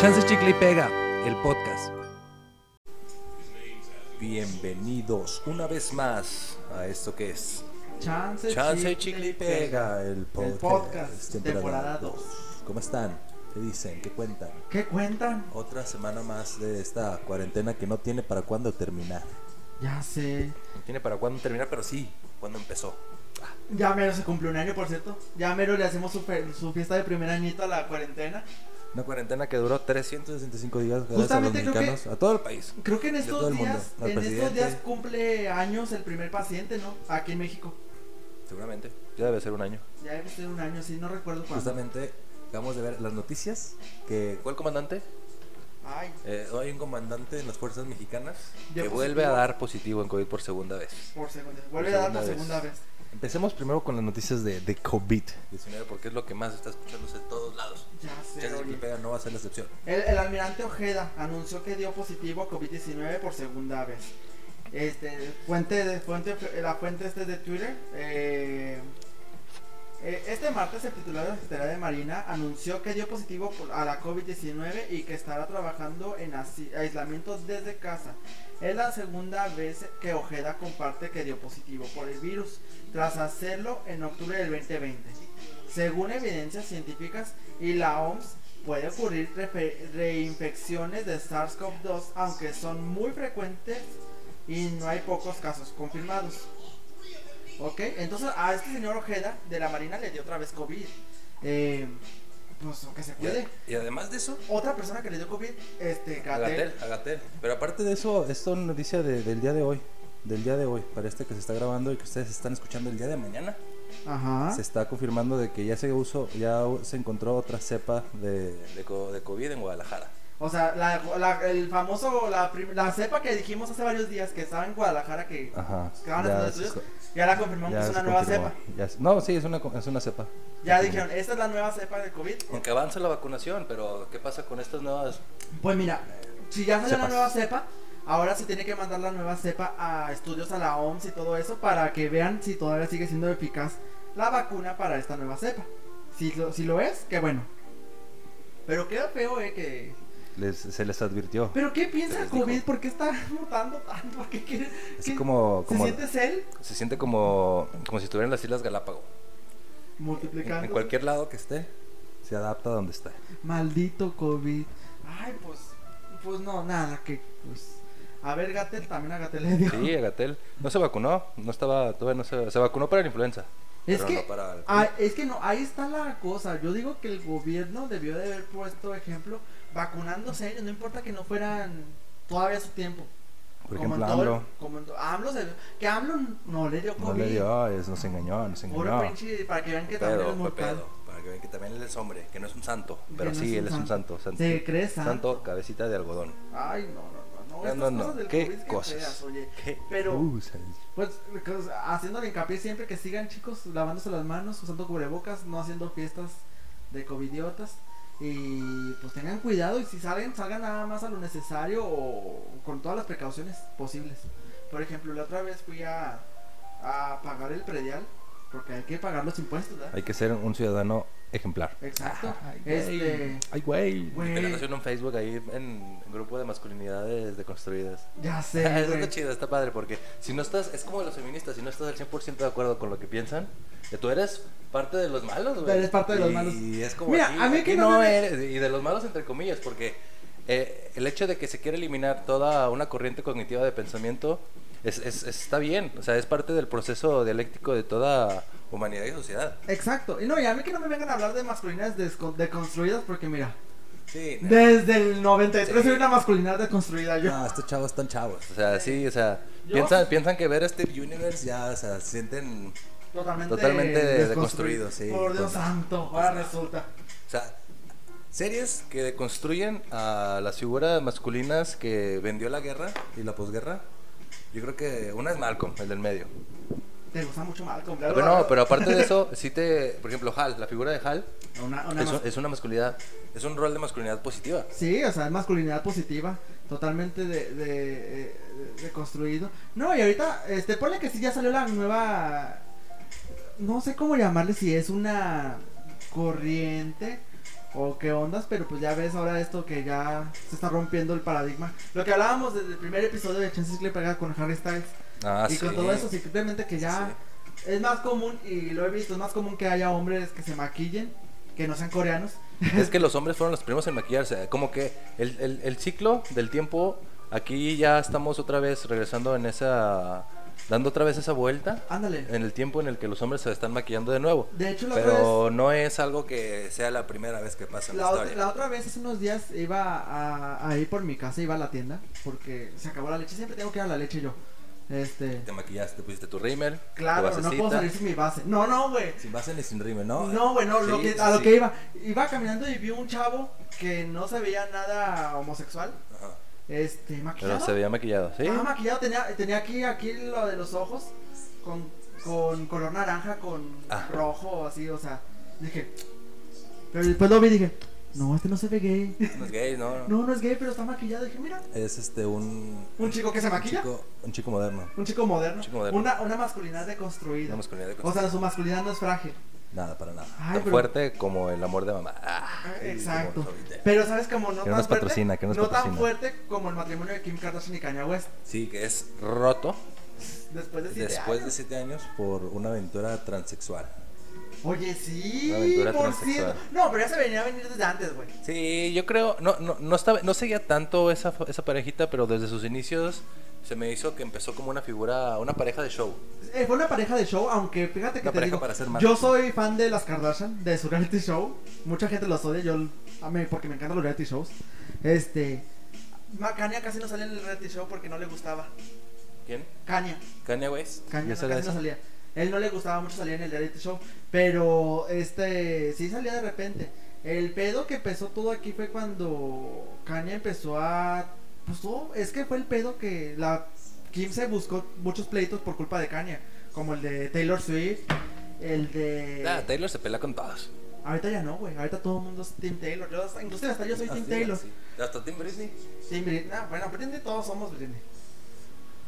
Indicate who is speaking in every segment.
Speaker 1: Chance Chicle y Pega, el podcast.
Speaker 2: Bienvenidos una vez más a esto que es
Speaker 3: Chance,
Speaker 2: Chance Chicle y Pega, el podcast,
Speaker 3: El podcast, temporada 2.
Speaker 2: ¿Cómo están? ¿Qué dicen? ¿Qué cuentan?
Speaker 3: ¿Qué cuentan?
Speaker 2: Otra semana más de esta cuarentena que no tiene para cuándo terminar.
Speaker 3: Ya sé.
Speaker 2: No tiene para cuándo terminar, pero sí, cuando empezó.
Speaker 3: Ya mero se cumple un año, por cierto. Ya mero le hacemos su, fe- su fiesta de primer añito a la cuarentena.
Speaker 2: Una cuarentena que duró 365 días gracias
Speaker 3: Justamente
Speaker 2: a
Speaker 3: creo
Speaker 2: los
Speaker 3: que-
Speaker 2: mexicanos, a todo el país.
Speaker 3: Creo que en
Speaker 2: De todo
Speaker 3: estos
Speaker 2: el mundo,
Speaker 3: días,
Speaker 2: al
Speaker 3: en estos
Speaker 2: presidente.
Speaker 3: días cumple años el primer paciente, ¿no? Aquí en México.
Speaker 2: Seguramente, ya debe ser un año.
Speaker 3: Ya debe ser un año, sí, no recuerdo cuándo.
Speaker 2: Justamente acabamos de ver las noticias que fue el comandante
Speaker 3: Ay,
Speaker 2: Eh, hay un comandante en las fuerzas mexicanas
Speaker 3: Ya
Speaker 2: que
Speaker 3: positivo.
Speaker 2: vuelve a dar positivo en COVID por segunda vez.
Speaker 3: por segunda. Vuelve a dar por
Speaker 2: segunda
Speaker 3: segunda
Speaker 2: vez.
Speaker 3: vez.
Speaker 2: Empecemos primero con las noticias de, de COVID-19 porque es lo que más está escuchándose en todos lados.
Speaker 3: Ya sé.
Speaker 2: Chance
Speaker 3: oye.
Speaker 2: que pega no va a ser la excepción.
Speaker 3: El, el almirante Ojeda anunció que dio positivo a COVID-19 por segunda vez. Este, fuente de, fuente, la fuente este de Twitter. eh, eh, este martes el titular de la Secretaría de Marina anunció que dio positivo por- a la COVID-19 y que estará trabajando en asi- aislamiento desde casa. Es la segunda vez que Ojeda comparte que dio positivo por el virus, tras hacerlo en octubre del 2020. Según evidencias científicas y la OMS, puede ocurrir refe- reinfecciones de SARS-CoV-2, aunque son muy frecuentes y no hay pocos casos confirmados. Ok, entonces a este señor Ojeda de la Marina le dio otra vez COVID. Eh, pues aunque se
Speaker 2: Y,
Speaker 3: cuide.
Speaker 2: y además de eso,
Speaker 3: Otra persona que le dio COVID, este, Gatel.
Speaker 2: Agatel, Agatel. Pero aparte de eso, esto es noticia de- del día de hoy. Del día de hoy, para este que se está grabando y que ustedes están escuchando el día de mañana,
Speaker 3: Ajá.
Speaker 2: se está confirmando de que ya se usó, ya se encontró otra cepa de, de co- de COVID en Guadalajara.
Speaker 3: O sea, la, la- el famoso, la, prim- la cepa que dijimos hace varios días que estaba en Guadalajara, que
Speaker 2: Ajá.
Speaker 3: que estaban haciendo
Speaker 2: ya se-
Speaker 3: estudios, ya la confirmamos que es una
Speaker 2: se
Speaker 3: nueva
Speaker 2: confirmó,
Speaker 3: cepa.
Speaker 2: ya se- no, sí, es una, co- es una cepa.
Speaker 3: Ya dijeron, esta es la nueva cepa de COVID.
Speaker 2: Aunque avanza la vacunación, pero ¿qué pasa con estas nuevas?
Speaker 3: Pues mira, si ya salió la
Speaker 2: Cepas.
Speaker 3: nueva cepa, ahora se tiene que mandar la nueva cepa a estudios a la OMS y todo eso para que vean si todavía sigue siendo eficaz la vacuna para esta nueva cepa. Si lo, si lo es, qué bueno. Pero queda feo, eh, que...
Speaker 2: Les- se les advirtió.
Speaker 3: ¿Pero qué piensa
Speaker 2: les dijo.
Speaker 3: COVID? ¿Por qué está mutando tanto? ¿Por qué quiere...?
Speaker 2: Así
Speaker 3: qué-
Speaker 2: como,
Speaker 3: ¿Se
Speaker 2: como
Speaker 3: siente cel?
Speaker 2: se siente como, como si estuviera en las Islas Galápagos. En,
Speaker 3: Multiplicando.
Speaker 2: en cualquier lado que esté, se adapta a donde está.
Speaker 3: Maldito COVID. Ay, pues, pues no, nada, que pues. A ver, Gatel, también a Gatel le dijo.
Speaker 2: Sí, Agatel no se vacunó, no estaba, todavía no se, se vacunó para la influenza.
Speaker 3: es
Speaker 2: pero
Speaker 3: que,
Speaker 2: no para el-
Speaker 3: ah, es que no, ahí está la cosa. Yo digo que el gobierno debió de haber puesto ejemplo vacunándose ellos, no importa que no fueran todavía a su tiempo.
Speaker 2: Por
Speaker 3: como en
Speaker 2: ejemplo,
Speaker 3: todo el-
Speaker 2: AMLO
Speaker 3: como en to- AMLO se- que AMLO no le dio
Speaker 2: no
Speaker 3: COVID.
Speaker 2: le dio, es- nos engañó, nos
Speaker 3: Pobre
Speaker 2: engañó.
Speaker 3: pinche, para que vean que
Speaker 2: Fue
Speaker 3: también
Speaker 2: pedo,
Speaker 3: es
Speaker 2: fue
Speaker 3: mortal.
Speaker 2: pedo, para que vean que también él es hombre, que no es un santo,
Speaker 3: Que
Speaker 2: pero
Speaker 3: no
Speaker 2: sí,
Speaker 3: es
Speaker 2: él
Speaker 3: un
Speaker 2: es un santo,
Speaker 3: santo.
Speaker 2: santo,
Speaker 3: ¿Se cree santo?
Speaker 2: santo cabecita de algodón.
Speaker 3: ah? Ay, no, no, no.
Speaker 2: No,
Speaker 3: No,
Speaker 2: no,
Speaker 3: estas
Speaker 2: no,
Speaker 3: cosas del
Speaker 2: qué
Speaker 3: COVID, qué
Speaker 2: cosas.
Speaker 3: feas, oye. Pero- Pues, pues, haciéndole hincapié siempre que sigan chicos lavándose las manos, usando cubrebocas, no haciendo fiestas de covidiotas. Y pues tengan cuidado y si salen, salgan nada más a lo necesario o con todas las precauciones posibles. Por ejemplo, la otra vez fui a, a pagar el predial, porque hay que pagar los impuestos, ¿verdad?
Speaker 2: Hay que ser un ciudadano ejemplar.
Speaker 3: Exacto.
Speaker 2: güey.
Speaker 3: este,
Speaker 2: Ay, güey.
Speaker 3: Güey.
Speaker 2: Peleándose en un Facebook ahí en en grupo de masculinidades deconstruidas.
Speaker 3: ya sé.
Speaker 2: Ah, Eso
Speaker 3: güey.
Speaker 2: está chido, está padre, porque si no estás, es como los feministas, si no estás al 100% de acuerdo con lo que piensan, eh, tú eres parte de los malos, güey.
Speaker 3: Eres parte de los malos.
Speaker 2: Y es como.
Speaker 3: Mira,
Speaker 2: aquí-
Speaker 3: a mí que
Speaker 2: aquí
Speaker 3: no me-
Speaker 2: eres. Y de los malos, entre comillas, porque eh, el hecho de que se quiera eliminar toda una corriente cognitiva de pensamiento es, es- está bien, o sea, es parte del proceso dialéctico de toda humanidad y sociedad.
Speaker 3: Exacto. Y no, y a mí que no me vengan a hablar de masculinidades descon- deconstruidas, porque mira,
Speaker 2: Sí,
Speaker 3: desde el 93
Speaker 2: Sí.
Speaker 3: soy una masculinidad deconstruida yo.
Speaker 2: No, estos chavos están chavos. O sea, sí, o sea,
Speaker 3: Yo-
Speaker 2: piensan, piensan que ver este Universe ya, o sea, se sienten.
Speaker 3: Totalmente,
Speaker 2: Totalmente
Speaker 3: desconstruido.
Speaker 2: deconstruido, sí.
Speaker 3: Por Dios
Speaker 2: Total.
Speaker 3: santo, ahora resulta.
Speaker 2: O sea, series que deconstruyen a las figuras masculinas que vendió la guerra y la posguerra. Yo creo que una es Malcolm, el del medio.
Speaker 3: Te gusta mucho mal comprar.
Speaker 2: Pero no, pero aparte de eso, sí te. Por ejemplo, Hal, la figura de Hal
Speaker 3: Una, una
Speaker 2: es,
Speaker 3: mas-
Speaker 2: es una masculinidad, es un rol de masculinidad positiva.
Speaker 3: Sí, o sea, es masculinidad positiva. Totalmente de, de, de- deconstruido. No, y ahorita, este, ponle que sí ya salió la nueva. No sé cómo llamarle, si es una corriente o qué ondas, pero pues ya ves ahora esto que ya se está rompiendo el paradigma. Lo que hablábamos desde el primer episodio de Chances que pega con Harry Styles
Speaker 2: Ah,
Speaker 3: y
Speaker 2: sí.
Speaker 3: con todo eso, simplemente que ya es más común, y lo he visto, es más común que haya hombres que se maquillen, que no sean coreanos.
Speaker 2: Es que los hombres fueron los primeros en maquillarse. Como que el, el- el ciclo del tiempo, aquí ya estamos otra vez regresando en esa. dando otra vez esa vuelta
Speaker 3: Ándale.
Speaker 2: en el tiempo en el que los hombres se están maquillando de nuevo.
Speaker 3: De hecho, la otra vez...
Speaker 2: Eh, Pero no es algo que sea la primera vez que pasa en la,
Speaker 3: La otra,
Speaker 2: historia.
Speaker 3: la otra vez, hace unos días, iba a, a ir por mi casa, iba a la tienda, porque se acabó la leche. Siempre tengo que ir a la leche yo. Este,
Speaker 2: Te maquillaste, te pusiste tu rímel, tu
Speaker 3: claro, no
Speaker 2: basecita.
Speaker 3: puedo salir sin mi base. No, no, güey.
Speaker 2: Sin base ni sin rímel, ¿no?
Speaker 3: No, güey, no, lo
Speaker 2: Sí,
Speaker 3: que- a lo
Speaker 2: sí.
Speaker 3: que iba. Iba caminando y vi un chavo que no se veía nada homosexual.
Speaker 2: Ajá.
Speaker 3: Este, maquillado.
Speaker 2: Pero se veía maquillado, ¿sí?
Speaker 3: Ah, maquillado, tenía, tenía aquí, aquí lo de los ojos con, con color naranja, con
Speaker 2: Ah.
Speaker 3: rojo, así, o sea. Dije. Pero después lo vi y dije, no, este no se ve gay.
Speaker 2: No es gay, no, no.
Speaker 3: No, no es gay, pero está maquillado. Dije, mira,
Speaker 2: Es este un.
Speaker 3: un chico que se
Speaker 2: Un
Speaker 3: maquilla,
Speaker 2: chico, un chico moderno.
Speaker 3: un chico moderno,
Speaker 2: Un chico moderno.
Speaker 3: Una, una masculinidad deconstruida.
Speaker 2: Una masculinidad de
Speaker 3: O sea, su masculinidad no es frágil.
Speaker 2: Nada, para nada.
Speaker 3: Ay,
Speaker 2: Tan
Speaker 3: pero-
Speaker 2: fuerte como el amor de mamá. Ah,
Speaker 3: Ah,
Speaker 2: sí,
Speaker 3: Exacto.
Speaker 2: como ahorita.
Speaker 3: Pero sabes como no
Speaker 2: Que no
Speaker 3: tan
Speaker 2: nos
Speaker 3: fuerte,
Speaker 2: patrocina, que no nos
Speaker 3: no tan
Speaker 2: patrocina.
Speaker 3: fuerte como el matrimonio de Kim Kardashian y Kanye West.
Speaker 2: Sí, que es roto
Speaker 3: Después de siete
Speaker 2: después de
Speaker 3: años.
Speaker 2: 7 años por una aventura transexual.
Speaker 3: Oye,
Speaker 2: Una
Speaker 3: sí,
Speaker 2: aventura
Speaker 3: por
Speaker 2: transexual.
Speaker 3: cierto. No, pero ya se venía a venir desde antes, güey.
Speaker 2: Sí, yo creo, no, no, no, estaba, no seguía tanto esa, esa parejita, pero desde sus inicios se me hizo que empezó como una figura, una pareja de show.
Speaker 3: Eh, fue una pareja de show, aunque fíjate que
Speaker 2: Una
Speaker 3: te
Speaker 2: pareja
Speaker 3: digo,
Speaker 2: para hacer marketing.
Speaker 3: yo soy fan de las Kardashian, de su reality show. Mucha gente los odia, yo a mí, porque me encantan los reality shows. Este, Ma- Kanye casi no salía en el reality show porque no le gustaba.
Speaker 2: ¿Quién?
Speaker 3: Kanye,
Speaker 2: Kanye West.
Speaker 3: Kanye
Speaker 2: ¿Ya
Speaker 3: no,
Speaker 2: será
Speaker 3: casi no
Speaker 2: esa?
Speaker 3: salía. Él no le gustaba mucho salir en el reality show, pero este sí salía de repente. El pedo que empezó todo aquí fue cuando Kanye empezó a pues todo, es que fue el pedo que la Kim se buscó muchos pleitos por culpa de Kanye, como el de Taylor Swift, el de
Speaker 2: Ah, Taylor se pelea con todos.
Speaker 3: Ahorita ya no, güey. Ahorita todo el mundo es Team Taylor. Yo, hasta- inclusive hasta yo soy Team
Speaker 2: Así,
Speaker 3: Taylor.
Speaker 2: así. Hasta Tim Britney.
Speaker 3: Team Britney. Ah, bueno, Britney todos somos Britney.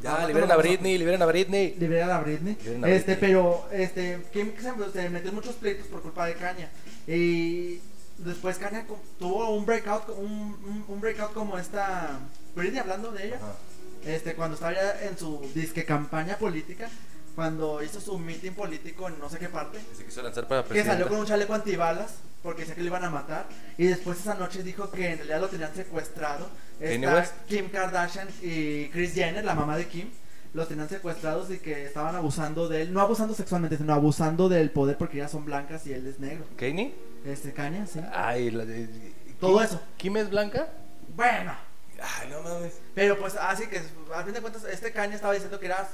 Speaker 2: Ya,
Speaker 3: Ah, no te
Speaker 2: liberen
Speaker 3: lo
Speaker 2: a
Speaker 3: vamos a-
Speaker 2: Britney, liberen a Britney.
Speaker 3: Libera a Britney.
Speaker 2: Liberen a
Speaker 3: este,
Speaker 2: Britney.
Speaker 3: pero este, Kim se, se metió en muchos pleitos por culpa de Kanye. Y después Kanye co- tuvo un breakout, co- un, un, un breakout como esta Britney hablando de ella.
Speaker 2: Ajá.
Speaker 3: Este, cuando estaba ya en su disque campaña política, cuando hizo su meeting político en no sé qué parte.
Speaker 2: Se quiso lanzar para
Speaker 3: Que
Speaker 2: presidenta.
Speaker 3: salió con un chaleco antibalas porque decía que lo iban a matar. Y después esa noche dijo que en realidad lo tenían secuestrado.
Speaker 2: Kanye
Speaker 3: Está
Speaker 2: West.
Speaker 3: Kim Kardashian y Kris Jenner, la mamá de Kim, los tenían secuestrados y que estaban abusando de él. No abusando sexualmente, sino abusando del poder porque ellas son blancas y él es negro.
Speaker 2: ¿Kanye?
Speaker 3: Este, Kanye, sí.
Speaker 2: Ay, la de-
Speaker 3: Todo
Speaker 2: ¿Kim-
Speaker 3: eso.
Speaker 2: ¿Kim es blanca?
Speaker 3: Bueno,
Speaker 2: Ay, no mames.
Speaker 3: pero pues así que al fin de cuentas, este Kanye estaba diciendo que era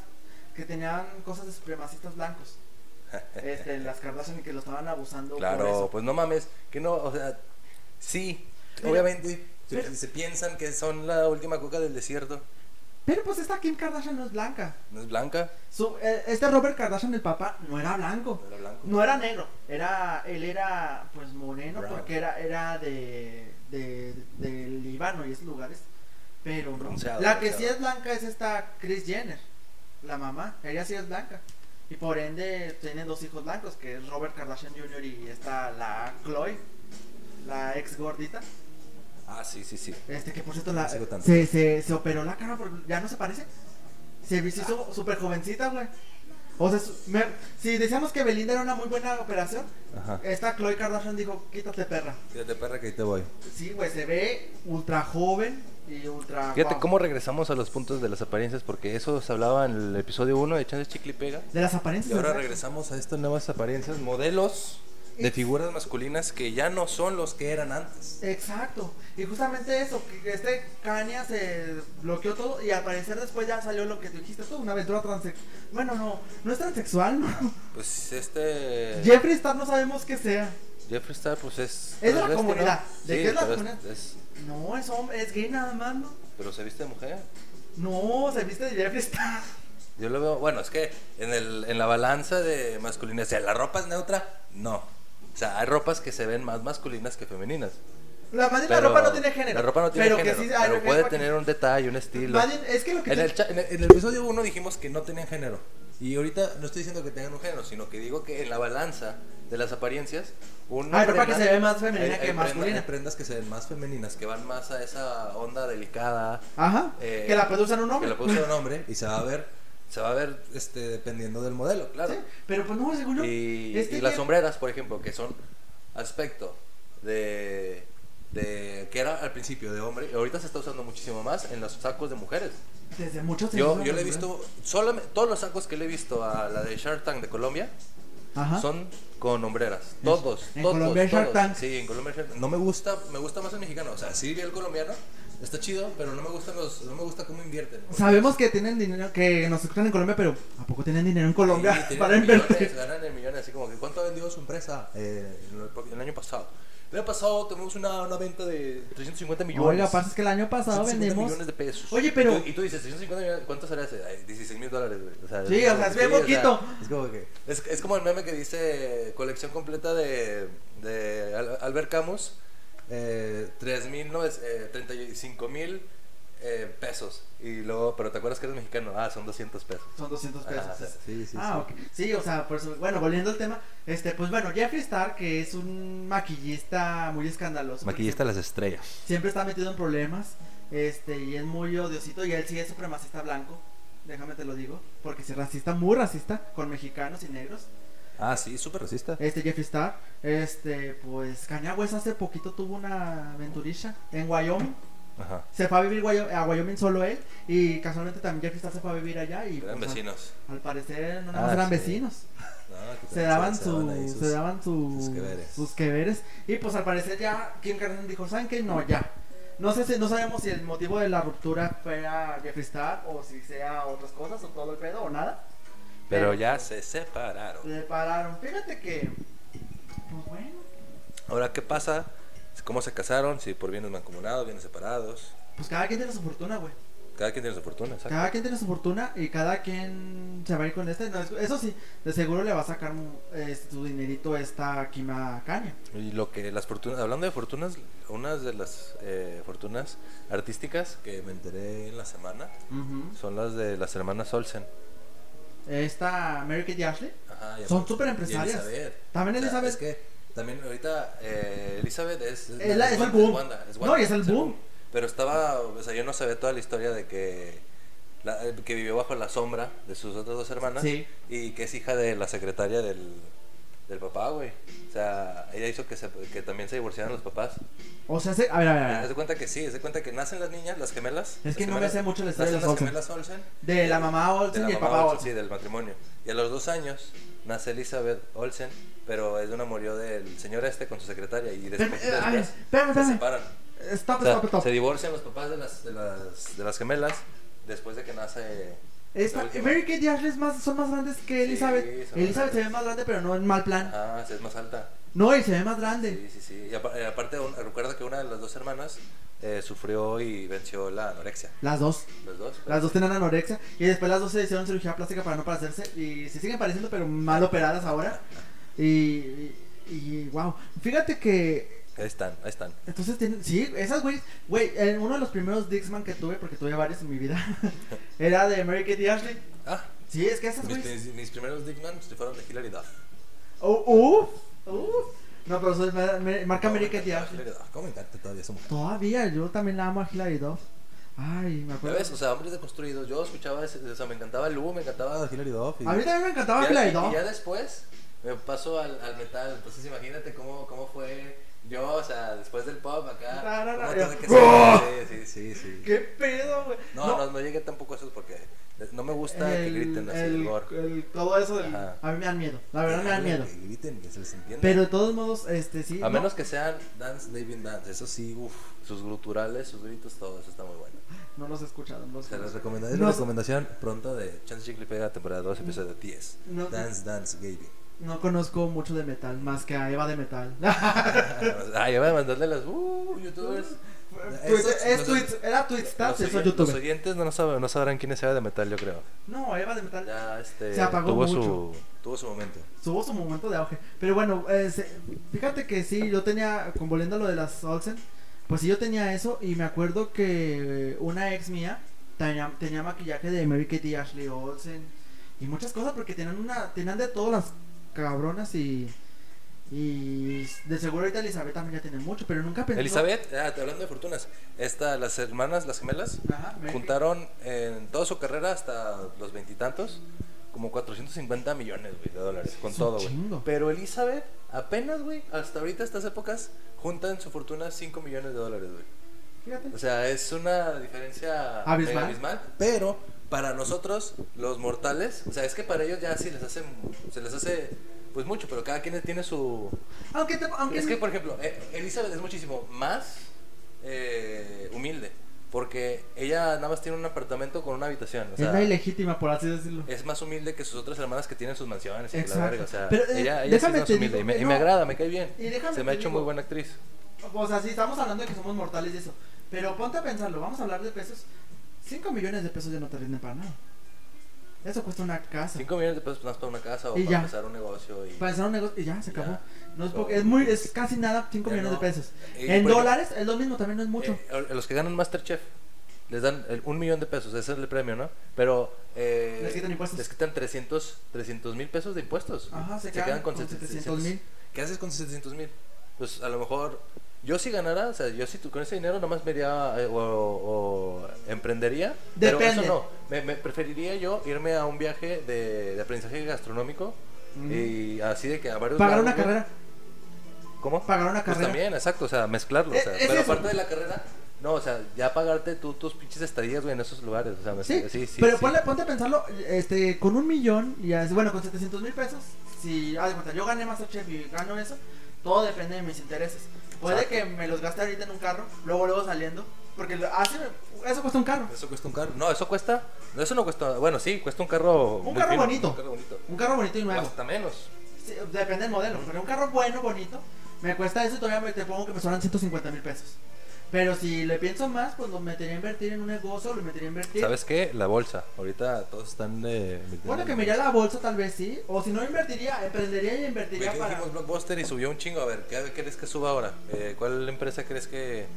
Speaker 3: que tenían cosas de supremacistas blancos. Este, las Kardashian y que lo estaban abusando por eso.
Speaker 2: Claro, pues no mames, que no, o sea, sí,
Speaker 3: Pero-
Speaker 2: obviamente, se-
Speaker 3: pero-
Speaker 2: se, piensan que son la última coca del desierto,
Speaker 3: Pero pues esta Kim Kardashian no es blanca.
Speaker 2: no es blanca,
Speaker 3: Su- eh, este Robert Kardashian, el papá, no era blanco.
Speaker 2: no era blanco.
Speaker 3: No era negro. Era, él era pues moreno
Speaker 2: Brown.
Speaker 3: porque era, era de, de, de Líbano y esos lugares. Pero no.
Speaker 2: Bronceado,
Speaker 3: la que
Speaker 2: bronceado.
Speaker 3: sí es blanca es esta Kris Jenner, la mamá. Ella sí es blanca. Y por ende tienen dos hijos blancos, que es Robert Kardashian Jr. y esta la Chloe, la ex gordita.
Speaker 2: Ah, sí, sí, sí.
Speaker 3: Este, que por cierto, la,
Speaker 2: No sigo tanto.
Speaker 3: se, se, se operó la cara, porque ya no se parece. Se hizo súper jovencita, güey. O sea, su- me- si decíamos que Belinda era una muy buena operación,
Speaker 2: Ajá.
Speaker 3: esta Chloe Kardashian dijo, quítate perra.
Speaker 2: Fíjate, perra, que ahí te voy.
Speaker 3: Sí, güey, se ve ultra joven y ultra...
Speaker 2: Fíjate
Speaker 3: guau.
Speaker 2: cómo regresamos a los puntos de las apariencias, porque eso se hablaba en el episodio 1 de Chances Chicle y Pega.
Speaker 3: De las apariencias.
Speaker 2: Y ahora
Speaker 3: ¿verdad?
Speaker 2: regresamos a estas nuevas apariencias, modelos de figuras masculinas que ya no son los que eran antes.
Speaker 3: Exacto. Y justamente eso, que este Kanye se bloqueó todo y al parecer después ya salió lo que tú dijiste tú, una aventura transexual. Bueno, no, no es transexual, ¿no?
Speaker 2: Pues este...
Speaker 3: Jeffrey Star no sabemos qué sea.
Speaker 2: Jeffree Star, pues es...
Speaker 3: Es de la
Speaker 2: transvesti, ¿no?
Speaker 3: comunidad. ¿De
Speaker 2: Sí,
Speaker 3: qué es la
Speaker 2: pero
Speaker 3: comunidad?
Speaker 2: es-
Speaker 3: No, es hombre, es gay nada más, ¿no?
Speaker 2: pero se viste de mujer.
Speaker 3: No, se viste de Jeffree Star.
Speaker 2: Yo lo veo, bueno, es que en, el, en la balanza de masculinidad, o sea, la ropa es neutra, no. O sea, hay ropas que se ven más masculinas que femeninas.
Speaker 3: La, más bien
Speaker 2: Pero
Speaker 3: la ropa no tiene género.
Speaker 2: La ropa no tiene
Speaker 3: pero
Speaker 2: género.
Speaker 3: Que sí, hay
Speaker 2: pero
Speaker 3: ropa
Speaker 2: puede
Speaker 3: que-
Speaker 2: tener un detalle, un estilo.
Speaker 3: Más bien, es que lo que.
Speaker 2: En
Speaker 3: te-
Speaker 2: el, cha- en el- en el episodio 1 dijimos que no tenían género. Y ahorita no estoy diciendo que tengan un género, sino que digo que en la balanza de las apariencias, una
Speaker 3: Hay ropa que se ve más femenina
Speaker 2: hay- hay
Speaker 3: que
Speaker 2: prenda-
Speaker 3: masculina.
Speaker 2: hay prendas que se ven más femeninas, que van más a esa onda delicada,
Speaker 3: Ajá.
Speaker 2: Eh,
Speaker 3: que la puede usar un
Speaker 2: que
Speaker 3: hombre.
Speaker 2: la puede usar un hombre y se va a ver, se va a ver este, dependiendo del modelo, claro.
Speaker 3: Sí, Pero pues no, seguro.
Speaker 2: Y,
Speaker 3: es que
Speaker 2: y las
Speaker 3: tiene-
Speaker 2: sombreras, por ejemplo, que son aspecto de, de que era al principio de hombre, y ahorita se está usando muchísimo más en los sacos de mujeres.
Speaker 3: Desde muchos
Speaker 2: Yo,
Speaker 3: años,
Speaker 2: yo le he
Speaker 3: ¿verdad?
Speaker 2: visto, solamente, todos los sacos que le he visto a la de Shark Tank de Colombia
Speaker 3: Ajá.
Speaker 2: son con hombreras. Todos.
Speaker 3: en
Speaker 2: todos,
Speaker 3: Colombia hay
Speaker 2: todos.
Speaker 3: Shark Tank.
Speaker 2: Sí, en Colombia hay Shark Tank. No me gusta, me gusta más el mexicano. O sea, sí vi el colombiano, está chido, pero no me gustan los, no me gusta cómo invierten.
Speaker 3: Sabemos que tienen dinero, que nos escuchan en Colombia, pero ¿a poco tienen dinero en
Speaker 2: Sí,
Speaker 3: Colombia
Speaker 2: tienen
Speaker 3: para
Speaker 2: millones,
Speaker 3: invertir?
Speaker 2: Ganan en millones, así como que ¿cuánto vendió su empresa eh, en el, propio- el año pasado? El año pasado tuvimos una, una venta de 350 millones.
Speaker 3: Oiga, pasa es que el año pasado
Speaker 2: 350
Speaker 3: vendimos.
Speaker 2: millones de pesos.
Speaker 3: Oye, pero-
Speaker 2: Y tú, y tú dices, 350 millones, ¿cuánto será ese? Ay, 16 mil dólares, güey. O sea,
Speaker 3: Sí, o sea, es bien
Speaker 2: sí, o
Speaker 3: poquito.
Speaker 2: sea, es como que. Es, es como el meme que dice colección completa de, de Al- Albert Camus: eh, 3 mil, no, es, eh, 35 mil eh, pesos. Y luego, pero ¿te acuerdas que eres mexicano? Ah, son 200 pesos.
Speaker 3: Son 200 pesos.
Speaker 2: Ah, sí, sí,
Speaker 3: Ah,
Speaker 2: sí.
Speaker 3: ok. Sí, o sea, por eso- bueno, volviendo al tema, este, pues bueno, Jeffree Star, que es un maquillista muy escandaloso. porque
Speaker 2: Maquillista de las estrellas.
Speaker 3: Siempre está metido en problemas, este, y es muy odiosito, y él sí es supremacista blanco, déjame te lo digo, porque es racista, muy racista, con mexicanos y negros.
Speaker 2: Ah, sí, súper racista.
Speaker 3: Este Jeffree Star, este, pues Kanye West hace poquito tuvo una aventurilla en Wyoming.
Speaker 2: Ajá.
Speaker 3: Se fue a vivir Guayo- a Wyoming solo él y casualmente también Jeffree Star se fue a vivir allá y
Speaker 2: Eran
Speaker 3: pues, al-
Speaker 2: vecinos.
Speaker 3: Al, parecer no nada más
Speaker 2: Ah,
Speaker 3: eran
Speaker 2: sí.
Speaker 3: vecinos.
Speaker 2: No, que
Speaker 3: Se daban
Speaker 2: ahí
Speaker 3: su
Speaker 2: sus-
Speaker 3: se daban su-
Speaker 2: sus queveres.
Speaker 3: sus queveres y pues al parecer ya Kim Kardashian dijo, "¿Saben qué? No, ya." No sé si no sabemos si el motivo de la ruptura fuera Jeffree Star o si sea otras cosas o todo el pedo o nada.
Speaker 2: Pero ya se separaron.
Speaker 3: le pararon. Fíjate que pues bueno,
Speaker 2: Ahora, ¿qué pasa? ¿Cómo se casaron? Si por bienes mancomunados, bienes separados.
Speaker 3: pues cada quien tiene su fortuna, güey.
Speaker 2: Cada quien tiene su fortuna, exacto.
Speaker 3: Cada quien tiene su fortuna y cada quien se va a ir con este. No, es- eso sí, de seguro le va a sacar eh, su dinerito esta Kima Caña.
Speaker 2: Y lo que las fortunas, hablando de fortunas, una de las eh, fortunas artísticas que me enteré en la semana son las de las hermanas Olsen.
Speaker 3: Esta Mary Kate y Ashley.
Speaker 2: Ajá, y
Speaker 3: Son
Speaker 2: aparte-
Speaker 3: súper empresarias.
Speaker 2: y Elizabeth.
Speaker 3: También Elizabeth.
Speaker 2: es que también ahorita eh, Elizabeth es.
Speaker 3: Es la- es el
Speaker 2: Wanda,
Speaker 3: boom.
Speaker 2: Wanda, es
Speaker 3: No,
Speaker 2: Wanda,
Speaker 3: y es el boom.
Speaker 2: Pero estaba. O sea, yo no sabía toda la historia de que. la- eh, que vivió bajo la sombra de sus otras dos hermanas.
Speaker 3: Sí.
Speaker 2: Y que es hija de la secretaria del. Del papá, güey. O sea, ella hizo que, se- que también se divorciaran los papás.
Speaker 3: O sea, se- a ver, a ver, a
Speaker 2: Haz
Speaker 3: ver.
Speaker 2: de cuenta que sí, haz de cuenta que nacen las niñas, las gemelas.
Speaker 3: Ah. Es que
Speaker 2: las
Speaker 3: no me
Speaker 2: gemelas-
Speaker 3: sé mucho la historia
Speaker 2: nacen
Speaker 3: de las
Speaker 2: gemelas Olsen.
Speaker 3: De la mamá
Speaker 2: De
Speaker 3: Olsen
Speaker 2: la
Speaker 3: y el
Speaker 2: mamá
Speaker 3: papá
Speaker 2: Olsen,
Speaker 3: Olsen.
Speaker 2: sí, del matrimonio. Y a los dos años nace Elizabeth Olsen, pero es de una murió del señor este con su secretaria y después,
Speaker 3: Espérame, eh, a ver,
Speaker 2: después
Speaker 3: espérame,
Speaker 2: se
Speaker 3: espérame.
Speaker 2: separan.
Speaker 3: Stop,
Speaker 2: O sea,
Speaker 3: stop, stop.
Speaker 2: se divorcian los papás de las, de las, de las gemelas después de que nace...
Speaker 3: Esta,
Speaker 2: la última.
Speaker 3: Mary Kate y Ashley es más, son más grandes que Elizabeth.
Speaker 2: son
Speaker 3: Elizabeth se ve
Speaker 2: grandes.
Speaker 3: más grande, pero no en mal plan.
Speaker 2: Ah, sí, es más alta.
Speaker 3: No, y se ve más grande.
Speaker 2: Sí, sí, sí. Y apa- eh, aparte, un- recuerda que una de las dos hermanas eh, sufrió y venció la anorexia.
Speaker 3: Las dos.
Speaker 2: Los dos. pues,
Speaker 3: Las dos tenían anorexia y después las dos se hicieron cirugía plástica para no parecerse y se siguen pareciendo pero mal operadas ahora. Y, y, wow, fíjate que
Speaker 2: Ahí están, ahí están.
Speaker 3: entonces tienen, sí, esas güeyes, güey, en uno de los primeros Dixman que tuve porque tuve varios en mi vida era de Mary Kate y Ashley.
Speaker 2: Ah,
Speaker 3: Sí, es que esas
Speaker 2: mis,
Speaker 3: güeyes.
Speaker 2: mis- mis primeros Digman fueron de Hilary Duff.
Speaker 3: Oh, uf, uf. No, pero eso es ma- ma- marca Mary Kate y Ashley.
Speaker 2: Hilary Duff, ¿Cómo me encanta todavía esa mujer?
Speaker 3: Todavía yo también la amo a Hilary Duff. Ay, me
Speaker 2: ¿Ya
Speaker 3: acuerdo.
Speaker 2: ves? O sea, hombres deconstruidos. Yo escuchaba, ese- o sea, me encantaba Lu, me encantaba Hilary Duff. y-
Speaker 3: A mí también me encantaba
Speaker 2: y ya-
Speaker 3: Hilary
Speaker 2: y- y ya
Speaker 3: Duff.
Speaker 2: después me paso al, al metal. Entonces, imagínate cómo, cómo fue yo, o sea, después del pop acá.
Speaker 3: Ra, ra, ra,
Speaker 2: cómo
Speaker 3: ya.
Speaker 2: tuve que
Speaker 3: ¡Oh!
Speaker 2: ser- Sí, sí, sí. sí.
Speaker 3: ¿Qué pedo, güey?
Speaker 2: No, no, no, llegué tampoco a eso porque no me gusta que griten así el, gore.
Speaker 3: el- todo eso del-
Speaker 2: Ajá.
Speaker 3: a mí me dan miedo, la verdad me dan miedo.
Speaker 2: Que griten, que se les entienda.
Speaker 3: Pero de todos modos, este sí.
Speaker 2: a
Speaker 3: no,
Speaker 2: menos que sean Dance, David Dance. Eso sí, uff. Sus gruturales, sus gritos, todo eso está muy bueno.
Speaker 3: no los he escuchado, no los
Speaker 2: Se les
Speaker 3: conozco.
Speaker 2: recomendaré una
Speaker 3: No.
Speaker 2: recomendación pronta de Chance Chicle Pega, temporada 2, episodio 10.
Speaker 3: No.
Speaker 2: Dance, Dance, Baby.
Speaker 3: No conozco mucho de metal, más que a Eva de metal.
Speaker 2: ah, ya voy a mandarle las. Uh, youtubers.
Speaker 3: Twitch-
Speaker 2: Esos-
Speaker 3: es
Speaker 2: los-
Speaker 3: Twitch- era Twitstats,
Speaker 2: los
Speaker 3: eso
Speaker 2: oyen-
Speaker 3: YouTube.
Speaker 2: Los oyentes no, saben, no sabrán quién es Eva de Metal, yo creo.
Speaker 3: No, Eva de metal.
Speaker 2: Ya, este.
Speaker 3: Se apagó
Speaker 2: tuvo
Speaker 3: mucho.
Speaker 2: su Tuvo su momento.
Speaker 3: Tuvo su momento de auge. Pero bueno, eh, se- fíjate que sí, yo tenía, con volviendo a lo de las Olsen, pues sí, yo tenía eso y me acuerdo que eh, una ex mía tenía, tenía maquillaje de Mary Kate y Ashley Olsen y muchas cosas porque tenían una tenían de todas las cabronas y y de seguro ahorita Elizabeth también ya tiene mucho, pero nunca pensó.
Speaker 2: Elizabeth, ah, te- hablando de fortunas, esta, las hermanas, las gemelas,
Speaker 3: Ajá, me-
Speaker 2: juntaron en toda su carrera hasta los veintitantos como 450 millones güey, de dólares con
Speaker 3: Es un
Speaker 2: todo, güey.
Speaker 3: chingo.
Speaker 2: Pero Elizabeth apenas, güey, hasta ahorita estas épocas junta en su fortuna 5 millones de dólares, güey.
Speaker 3: Fíjate.
Speaker 2: O sea, es una diferencia
Speaker 3: Abismal.
Speaker 2: mega pero para nosotros los mortales, o sea, es que para ellos ya sí les hace se les hace pues mucho, pero cada quien tiene su
Speaker 3: Aunque, te- aunque
Speaker 2: es que, por ejemplo, eh, Elizabeth es muchísimo más eh, humilde. Porque ella nada más tiene un apartamento con una habitación. O
Speaker 3: es
Speaker 2: sea,
Speaker 3: la ilegítima, por así decirlo.
Speaker 2: es más humilde que sus otras hermanas que tienen sus mansiones. Y la
Speaker 3: Exacto.
Speaker 2: verga. O sea,
Speaker 3: Pero, eh,
Speaker 2: ella, ella sí
Speaker 3: déjame
Speaker 2: es más
Speaker 3: te
Speaker 2: humilde.
Speaker 3: digo
Speaker 2: y, me,
Speaker 3: que
Speaker 2: y me
Speaker 3: no.
Speaker 2: agrada, me cae bien.
Speaker 3: Y déjame
Speaker 2: Se me ha
Speaker 3: te
Speaker 2: hecho
Speaker 3: digo-
Speaker 2: muy buena actriz.
Speaker 3: O sea, sí, Pues estamos hablando de que somos mortales y eso. Pero ponte a pensarlo, vamos a hablar de pesos. 5 millones de pesos ya no te rinden para nada. Eso cuesta una casa.
Speaker 2: 5 millones de pesos pues, más para una casa o para
Speaker 3: Y ya. Pues,
Speaker 2: empezar un negocio. Y,
Speaker 3: Para hacer un negocio y ya, se
Speaker 2: Ya. pues,
Speaker 3: acabó. No es, poco- es, muy, es casi nada, 5
Speaker 2: Ya
Speaker 3: millones
Speaker 2: no.
Speaker 3: de pesos.
Speaker 2: Y,
Speaker 3: en
Speaker 2: por ejemplo,
Speaker 3: dólares es lo mismo, también no es mucho.
Speaker 2: eh, a los que ganan Masterchef les dan el- un millón de pesos. Ese es el premio, ¿no? Pero. eh,
Speaker 3: Les quitan impuestos.
Speaker 2: Les quitan 300 mil pesos de impuestos.
Speaker 3: Ajá, se, quedan, con 700 mil.
Speaker 2: ¿Qué haces con 700 mil? Pues a lo mejor yo si ganara, o sea, yo si tú con ese dinero nomás me iría eh, o, o emprendería. Pero
Speaker 3: Depende.
Speaker 2: eso no, me, me preferiría yo irme a un viaje de, de aprendizaje gastronómico y así de que a varios... lados,
Speaker 3: Pagar una
Speaker 2: güey.
Speaker 3: carrera.
Speaker 2: ¿Cómo?
Speaker 3: pagar una
Speaker 2: Pues
Speaker 3: carrera.
Speaker 2: también, exacto, o sea, mezclarlo. o sea,
Speaker 3: Eh, es
Speaker 2: pero
Speaker 3: eso.
Speaker 2: aparte de la carrera, no, o sea, ya pagarte tú, tus pinches estadías, güey, en esos lugares. O sea, me-
Speaker 3: Sí,
Speaker 2: sí, sí.
Speaker 3: pero
Speaker 2: sí.
Speaker 3: ponle- ponte a pensarlo, este, con un millón, ya, es- bueno, con 700 mil pesos, si, haz de cuenta, yo gané Masterchef y gano eso, todo depende de mis intereses. Puede
Speaker 2: Exacto.
Speaker 3: que me los gaste ahorita en un carro, luego, luego saliendo, porque lo- así me- eso cuesta un carro,
Speaker 2: Eso cuesta un carro. No, eso cuesta. no, Eso no cuesta. Bueno, sí, cuesta un carro.
Speaker 3: Un
Speaker 2: muy
Speaker 3: carro
Speaker 2: fino,
Speaker 3: bonito.
Speaker 2: Un carro bonito.
Speaker 3: un carro bonito y
Speaker 2: O
Speaker 3: nuevo,
Speaker 2: Hasta menos.
Speaker 3: Sí, depende del modelo, pero un carro bueno, bonito, me cuesta eso y todavía me, te pongo que me sobran 150 mil pesos. Pero si le pienso más, pues lo metería a invertir en un negocio, lo metería a invertir.
Speaker 2: ¿Sabes qué? La bolsa. Ahorita todos están. Eh, metiendo
Speaker 3: Bueno, que
Speaker 2: la
Speaker 3: me iría a
Speaker 2: bolsa.
Speaker 3: la bolsa tal vez sí, o si no invertiría, emprendería y
Speaker 2: Güey,
Speaker 3: invertiría
Speaker 2: ¿qué
Speaker 3: para...
Speaker 2: dijimos Blockbuster y subió un chingo. A ver, ¿qué qué crees que suba ahora? Eh, ¿Cuál empresa crees que,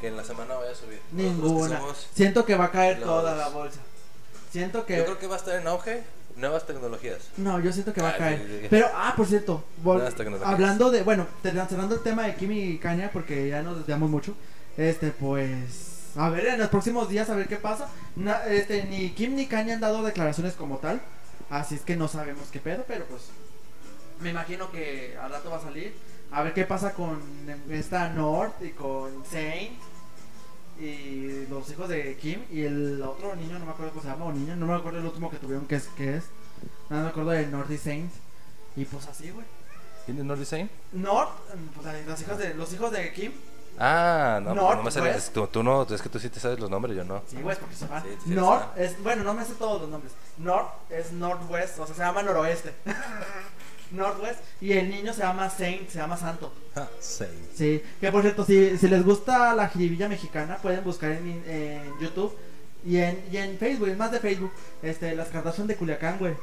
Speaker 2: que en la semana vaya a subir? Nosotros que
Speaker 3: Ninguna.
Speaker 2: somos-
Speaker 3: Siento que va a caer
Speaker 2: los-
Speaker 3: toda la bolsa. Siento que...
Speaker 2: Yo creo que va a estar en auge nuevas tecnologías.
Speaker 3: No, yo siento que va a
Speaker 2: Ah,
Speaker 3: caer.
Speaker 2: sí, sí, sí.
Speaker 3: Pero, ah, por cierto, vol-
Speaker 2: Nuevas tecnologías.
Speaker 3: hablando de... Bueno, te- cerrando el tema de Kimi y Kanye, porque ya nos desviamos mucho. Este, pues... A ver, en los próximos días a ver qué pasa. Na- este, ni Kim ni Kanye han dado declaraciones como tal. Así es que no sabemos qué pedo, pero pues... Me imagino que al rato va a salir. A ver qué pasa con esta North y con Saint y los hijos de Kim y el otro niño, no me acuerdo cómo se llama, o niña, no me acuerdo el último que tuvieron que es, que es. Nada me acuerdo de North y Saint. Y pues así, güey.
Speaker 2: ¿Tienes North Design?
Speaker 3: North, mm, pues ahí, los hijos de, los hijos de Kim.
Speaker 2: Ah, no,
Speaker 3: North,
Speaker 2: no me sabías.
Speaker 3: West.
Speaker 2: Tú, tú no, es que tú sí te sabes los nombres, yo no.
Speaker 3: Sí, güey, porque se van.
Speaker 2: Sí, sí, sí,
Speaker 3: North
Speaker 2: sí.
Speaker 3: es, bueno, no me sé todos los nombres. North es Northwest, o sea, se llama Noroeste. Northwest. Y el niño se llama Saint, se llama Santo.
Speaker 2: Ah, sí.
Speaker 3: Sí, que por cierto, si, si les gusta la jiribilla mexicana, pueden buscar en, in- en YouTube y en, y en Facebook, es más de Facebook, este, las Kardashian de Culiacán, güey.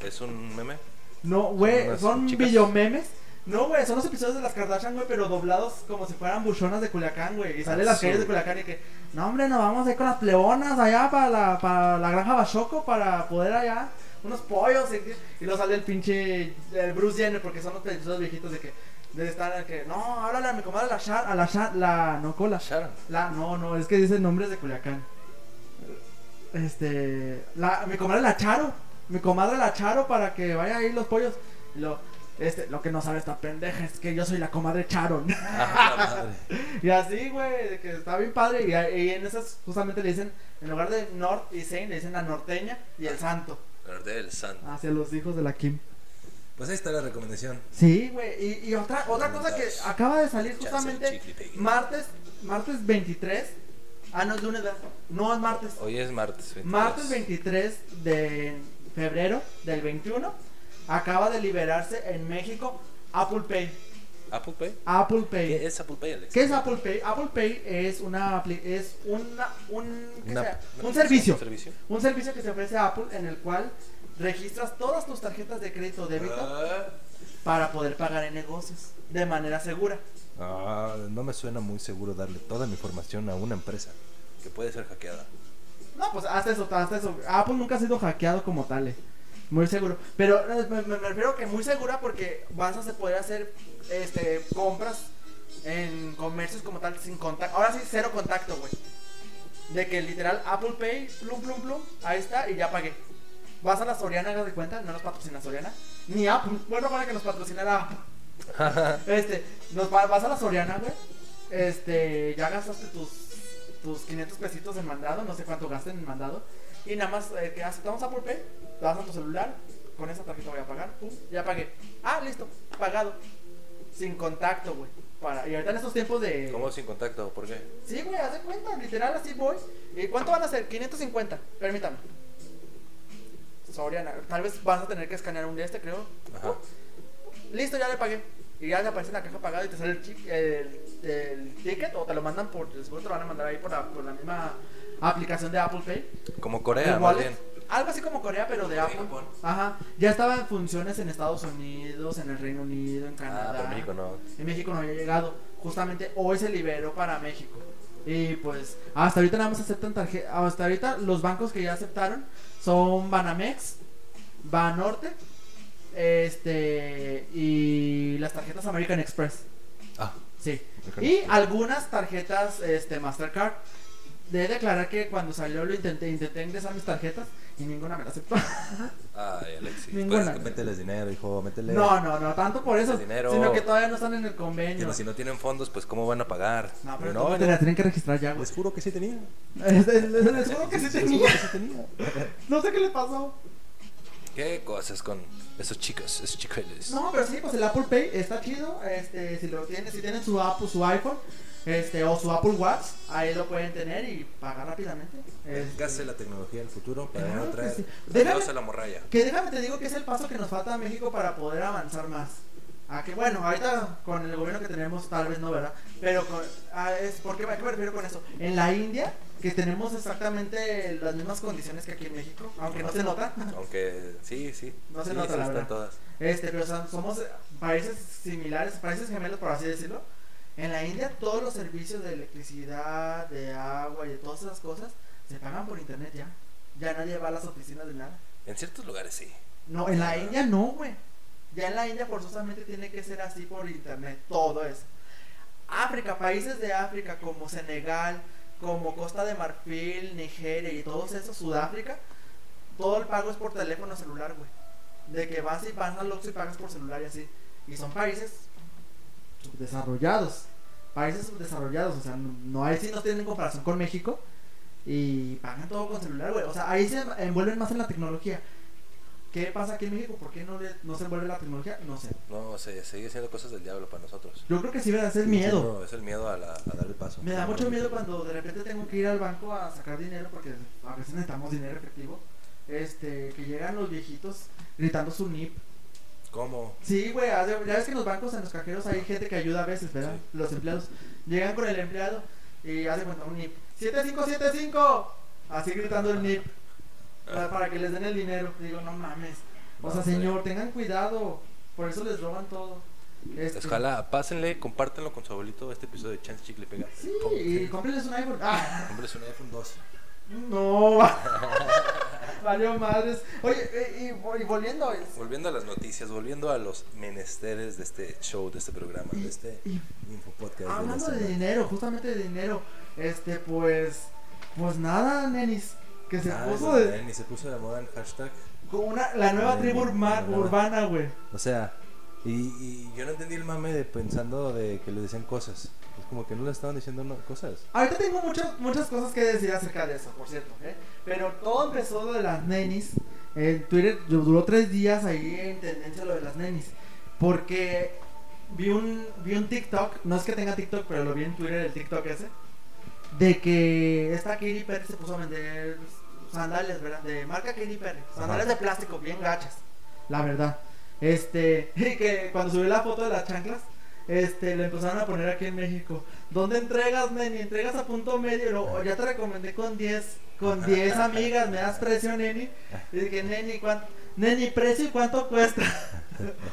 Speaker 2: ¿Es un meme?
Speaker 3: No, güey,
Speaker 2: unas
Speaker 3: son
Speaker 2: chicas.
Speaker 3: videomemes. No, güey, son los episodios de las Kardashian, güey, pero doblados como si fueran buchonas de Culiacán, güey. Y sale
Speaker 2: Ah,
Speaker 3: las
Speaker 2: sí.
Speaker 3: calles de Culiacán y que, no, hombre, nos vamos a ir con las pleonas allá para la, para la granja Bachoco para poder allá unos pollos. Y, y luego sale el pinche el Bruce Jenner, porque son los episodios viejitos de que, de estar, que, no, háblale a mi comadre, la Shar, a la Shar, la, no, con la
Speaker 2: Sharon.
Speaker 3: la, no, no, es que dice nombres de Culiacán. Este, la, mi comadre la Charo, mi comadre la Charo para que vaya ahí los pollos. Y Lo, este, lo que no sabe esta pendeja es que yo soy la comadre Charo.
Speaker 2: Ah, la madre.
Speaker 3: y así, güey, de que está bien padre. Y, ahí- y en esas justamente le dicen, en lugar de North y Saint, le dicen la norteña y el santo.
Speaker 2: La verdad del santo.
Speaker 3: Hacia los hijos de la Kim.
Speaker 2: Pues ahí está la recomendación.
Speaker 3: Sí, güey. Y, y otra, otra cosa que acaba de salir
Speaker 2: Chance,
Speaker 3: justamente
Speaker 2: chicle, pegue.
Speaker 3: martes, martes 23. Ah, no es lunes, ¿verdad? No es martes.
Speaker 2: Hoy es martes. 22.
Speaker 3: Martes 23 de febrero del 21 acaba de liberarse en México Apple Pay.
Speaker 2: ¿Apple Pay?
Speaker 3: Apple Pay.
Speaker 2: ¿Qué es Apple Pay, Alex?
Speaker 3: ¿Qué es Apple Pay? Apple Pay es una apli- es una, un, ¿qué
Speaker 2: Una-
Speaker 3: sea?
Speaker 2: una-
Speaker 3: un servicio.
Speaker 2: ¿Un servicio?
Speaker 3: Un servicio que se ofrece a Apple en el cual registras todas tus tarjetas de crédito o
Speaker 2: Ah.
Speaker 3: débito para poder pagar en negocios de manera segura.
Speaker 2: Ah, no me suena muy seguro darle toda mi información a una empresa que puede ser hackeada.
Speaker 3: No, pues hasta eso, hasta eso. Apple nunca ha sido hackeado como tal. eh. Muy seguro. Pero eh, me, me- me refiero que muy segura porque vas a se- poder hacer este, compras en comercios como tal sin contacto. Ahora sí, cero contacto, güey. De que literal Apple Pay, plum, plum, plum, ahí está y ya pagué. Vas a la Soriana, hagas de cuenta, no nos patrocina Soriana. Ni Apple. Bueno, para que nos patrocinara Apple. Este, nos va- vas a la Soriana, güey. Este, ya gastaste tus, tus 500 pesitos en mandado, no sé cuánto gasten en mandado. Y nada más, eh, que aceptamos Apple Pay, te vas a tu celular, con esa tarjeta voy a pagar, pum, ya pagué. Ah, listo, pagado. Sin contacto, güey. Para, y ahorita en estos tiempos de.
Speaker 2: ¿Cómo sin contacto? ¿Por qué?
Speaker 3: Sí, güey, haz de cuenta, literal, así voy. ¿Y cuánto van a ser? 550, permítame. Soriana, tal vez vas a tener que escanear un de este, creo.
Speaker 2: Ajá.
Speaker 3: Listo, ya le pagué. Y ya te aparece en la caja pagada y te sale el, chi- el- el ticket o te lo mandan por. Seguro te lo van a mandar ahí por la, por la misma aplicación de Apple Pay.
Speaker 2: Como
Speaker 3: el
Speaker 2: Corea, Eh, más
Speaker 3: wallet.
Speaker 2: bien.
Speaker 3: Algo así como Corea, pero de
Speaker 2: Como
Speaker 3: Apple.
Speaker 2: en Japón.
Speaker 3: Ajá. Ya estaba en funciones en Estados Unidos, en el Reino Unido, en Canadá.
Speaker 2: Ah, pero México no.
Speaker 3: En México no había llegado. Justamente hoy se liberó para México. Y pues hasta ahorita nada más aceptan tarjeta. Hasta ahorita los bancos que ya aceptaron son Banamex, Banorte, este y las tarjetas American Express.
Speaker 2: Ah.
Speaker 3: Sí. Y algunas tarjetas este Mastercard. De declarar que cuando salió lo intenté, intenté ingresar mis tarjetas y ninguna me la aceptó.
Speaker 2: Ay, Alexis.
Speaker 3: Ninguna.
Speaker 2: pues, mételes dinero, hijo, métele.
Speaker 3: No, no, no, tanto por eso,
Speaker 2: El dinero.
Speaker 3: sino que todavía no están en el convenio.
Speaker 2: Pero si no tienen fondos, pues ¿cómo van a pagar?
Speaker 3: No, pero
Speaker 2: no,
Speaker 3: no, te la tienen que registrar ya, güey.
Speaker 4: Les juro que sí tenía.
Speaker 3: Les, les- les juro que sí
Speaker 4: Les juro
Speaker 3: tenía.
Speaker 4: que sí tenía.
Speaker 3: No sé qué le pasó.
Speaker 2: ¿Qué cosas con esos chicos, esos chicuelos?
Speaker 3: No, pero sí, pues el Apple Pay está chido. Este, si lo tienen, si tienen su Apple, su iPhone, este, o su Apple Watch, ahí lo pueden tener y pagar rápidamente. Este,
Speaker 4: Véngase la tecnología del futuro para
Speaker 3: Claro
Speaker 4: no
Speaker 3: que
Speaker 4: traer.
Speaker 3: sí. Déjame-
Speaker 2: Adiós a la morralla.
Speaker 3: Que déjame te digo que es el paso que nos falta a México para poder avanzar más. A que bueno, ahorita con el gobierno que tenemos tal vez no, ¿verdad? Pero con, ah, es, ¿por qué, ¿a qué me refiero con eso? En la India, que tenemos exactamente las mismas condiciones que aquí en México, aunque no se nota.
Speaker 2: Aunque sí, sí.
Speaker 3: No se
Speaker 2: sí,
Speaker 3: nota,
Speaker 2: sí,
Speaker 3: la
Speaker 2: están
Speaker 3: verdad.
Speaker 2: todas.
Speaker 3: Este, pero son- somos eh, países similares, países gemelos, por así decirlo. En la India todos los servicios de electricidad, de agua y de todas esas cosas se pagan por internet ya. Ya nadie va a las oficinas de nada.
Speaker 2: En ciertos lugares sí.
Speaker 3: No, en la India no, güey. Ya en la India forzosamente tiene que ser así por internet, todo eso. África, países de África como Senegal, como Costa de Marfil, Nigeria y todos esos, Sudáfrica, todo el pago es por teléfono celular, güey. De que vas y vas al Oxxo y pagas por celular y así. Y son países subdesarrollados. Países subdesarrollados, o sea, no, no hay si no tienen comparación con México y pagan todo con celular, güey. O sea, ahí se envuelven más en la tecnología. ¿Qué pasa aquí en México? ¿Por qué no, le- no se envuelve la tecnología? No sé.
Speaker 2: No, se sigue siendo cosas del diablo para nosotros.
Speaker 3: Yo creo que sí me da ese miedo.
Speaker 2: No, es el miedo a, la, a
Speaker 4: A
Speaker 2: dar
Speaker 4: dar el paso.
Speaker 3: Me da mucho miedo cuando de repente tengo que ir al banco a sacar dinero porque a veces necesitamos dinero efectivo. Este, que llegan los viejitos gritando su NIP.
Speaker 2: cómo.
Speaker 3: Sí, güey, haz de- ya ves que en los bancos, en los cajeros hay gente que ayuda a veces, ¿verdad? Los empleados. Llegan con el empleado y hacen cuenta un NIP. 7575. Así gritando el NIP. pa- Para que les den el dinero. Digo, no mames. O sea,
Speaker 2: No, hombre.
Speaker 3: señor, tengan cuidado. Por eso les roban todo. Este,
Speaker 2: Ojalá, pásenle, compártanlo con su abuelito este episodio de Chance Chicle y Pega.
Speaker 3: Sí, y cómprenles un iPhone. Ah,
Speaker 2: Hombre, es un iPhone 2.
Speaker 3: no. Valió madres. Oye, eh, y, vol- y volviendo. es-
Speaker 2: Volviendo a las noticias, volviendo a los menesteres de este show, de este programa, de este
Speaker 3: y
Speaker 2: infopodcast. de la
Speaker 3: Este, Ah, Hablando de
Speaker 2: semana.
Speaker 3: dinero, justamente de dinero, este, pues, pues nada, nenis, que se
Speaker 4: Ah,
Speaker 3: puso
Speaker 4: güey,
Speaker 3: de,
Speaker 4: ni se puso de moda el hashtag.
Speaker 3: con una, la nueva
Speaker 4: Ay,
Speaker 3: tribu
Speaker 4: no,
Speaker 3: urma-
Speaker 4: no, no.
Speaker 3: urbana, güey.
Speaker 4: O sea, y, y yo no entendí el mame de pensando de que le decían cosas. Es como que no le estaban diciendo no- cosas.
Speaker 3: Ahorita tengo muchas, muchas cosas que decir acerca de eso, por cierto, ¿eh? Pero todo empezó de las nenis. En Twitter du- duró tres días ahí en tendencia lo de las nenis. Porque vi un, vi un TikTok, no es que tenga TikTok, pero lo vi en Twitter, el TikTok ese. De que esta Katy Perry se puso a vender sandalias, ¿verdad? De marca Katy Perry. Sandalias de plástico, bien gachas. La verdad. Este, y que cuando subí la foto de las chanclas, este, le empezaron a poner aquí en México. ¿Dónde entregas, neni? Entregas a punto medio. Y luego, "Oh, ya te recomendé con 10, con 10 amigas, me das precio, neni. Y dije, neni, ¿cuánto? Neni, precio y cuánto cuesta.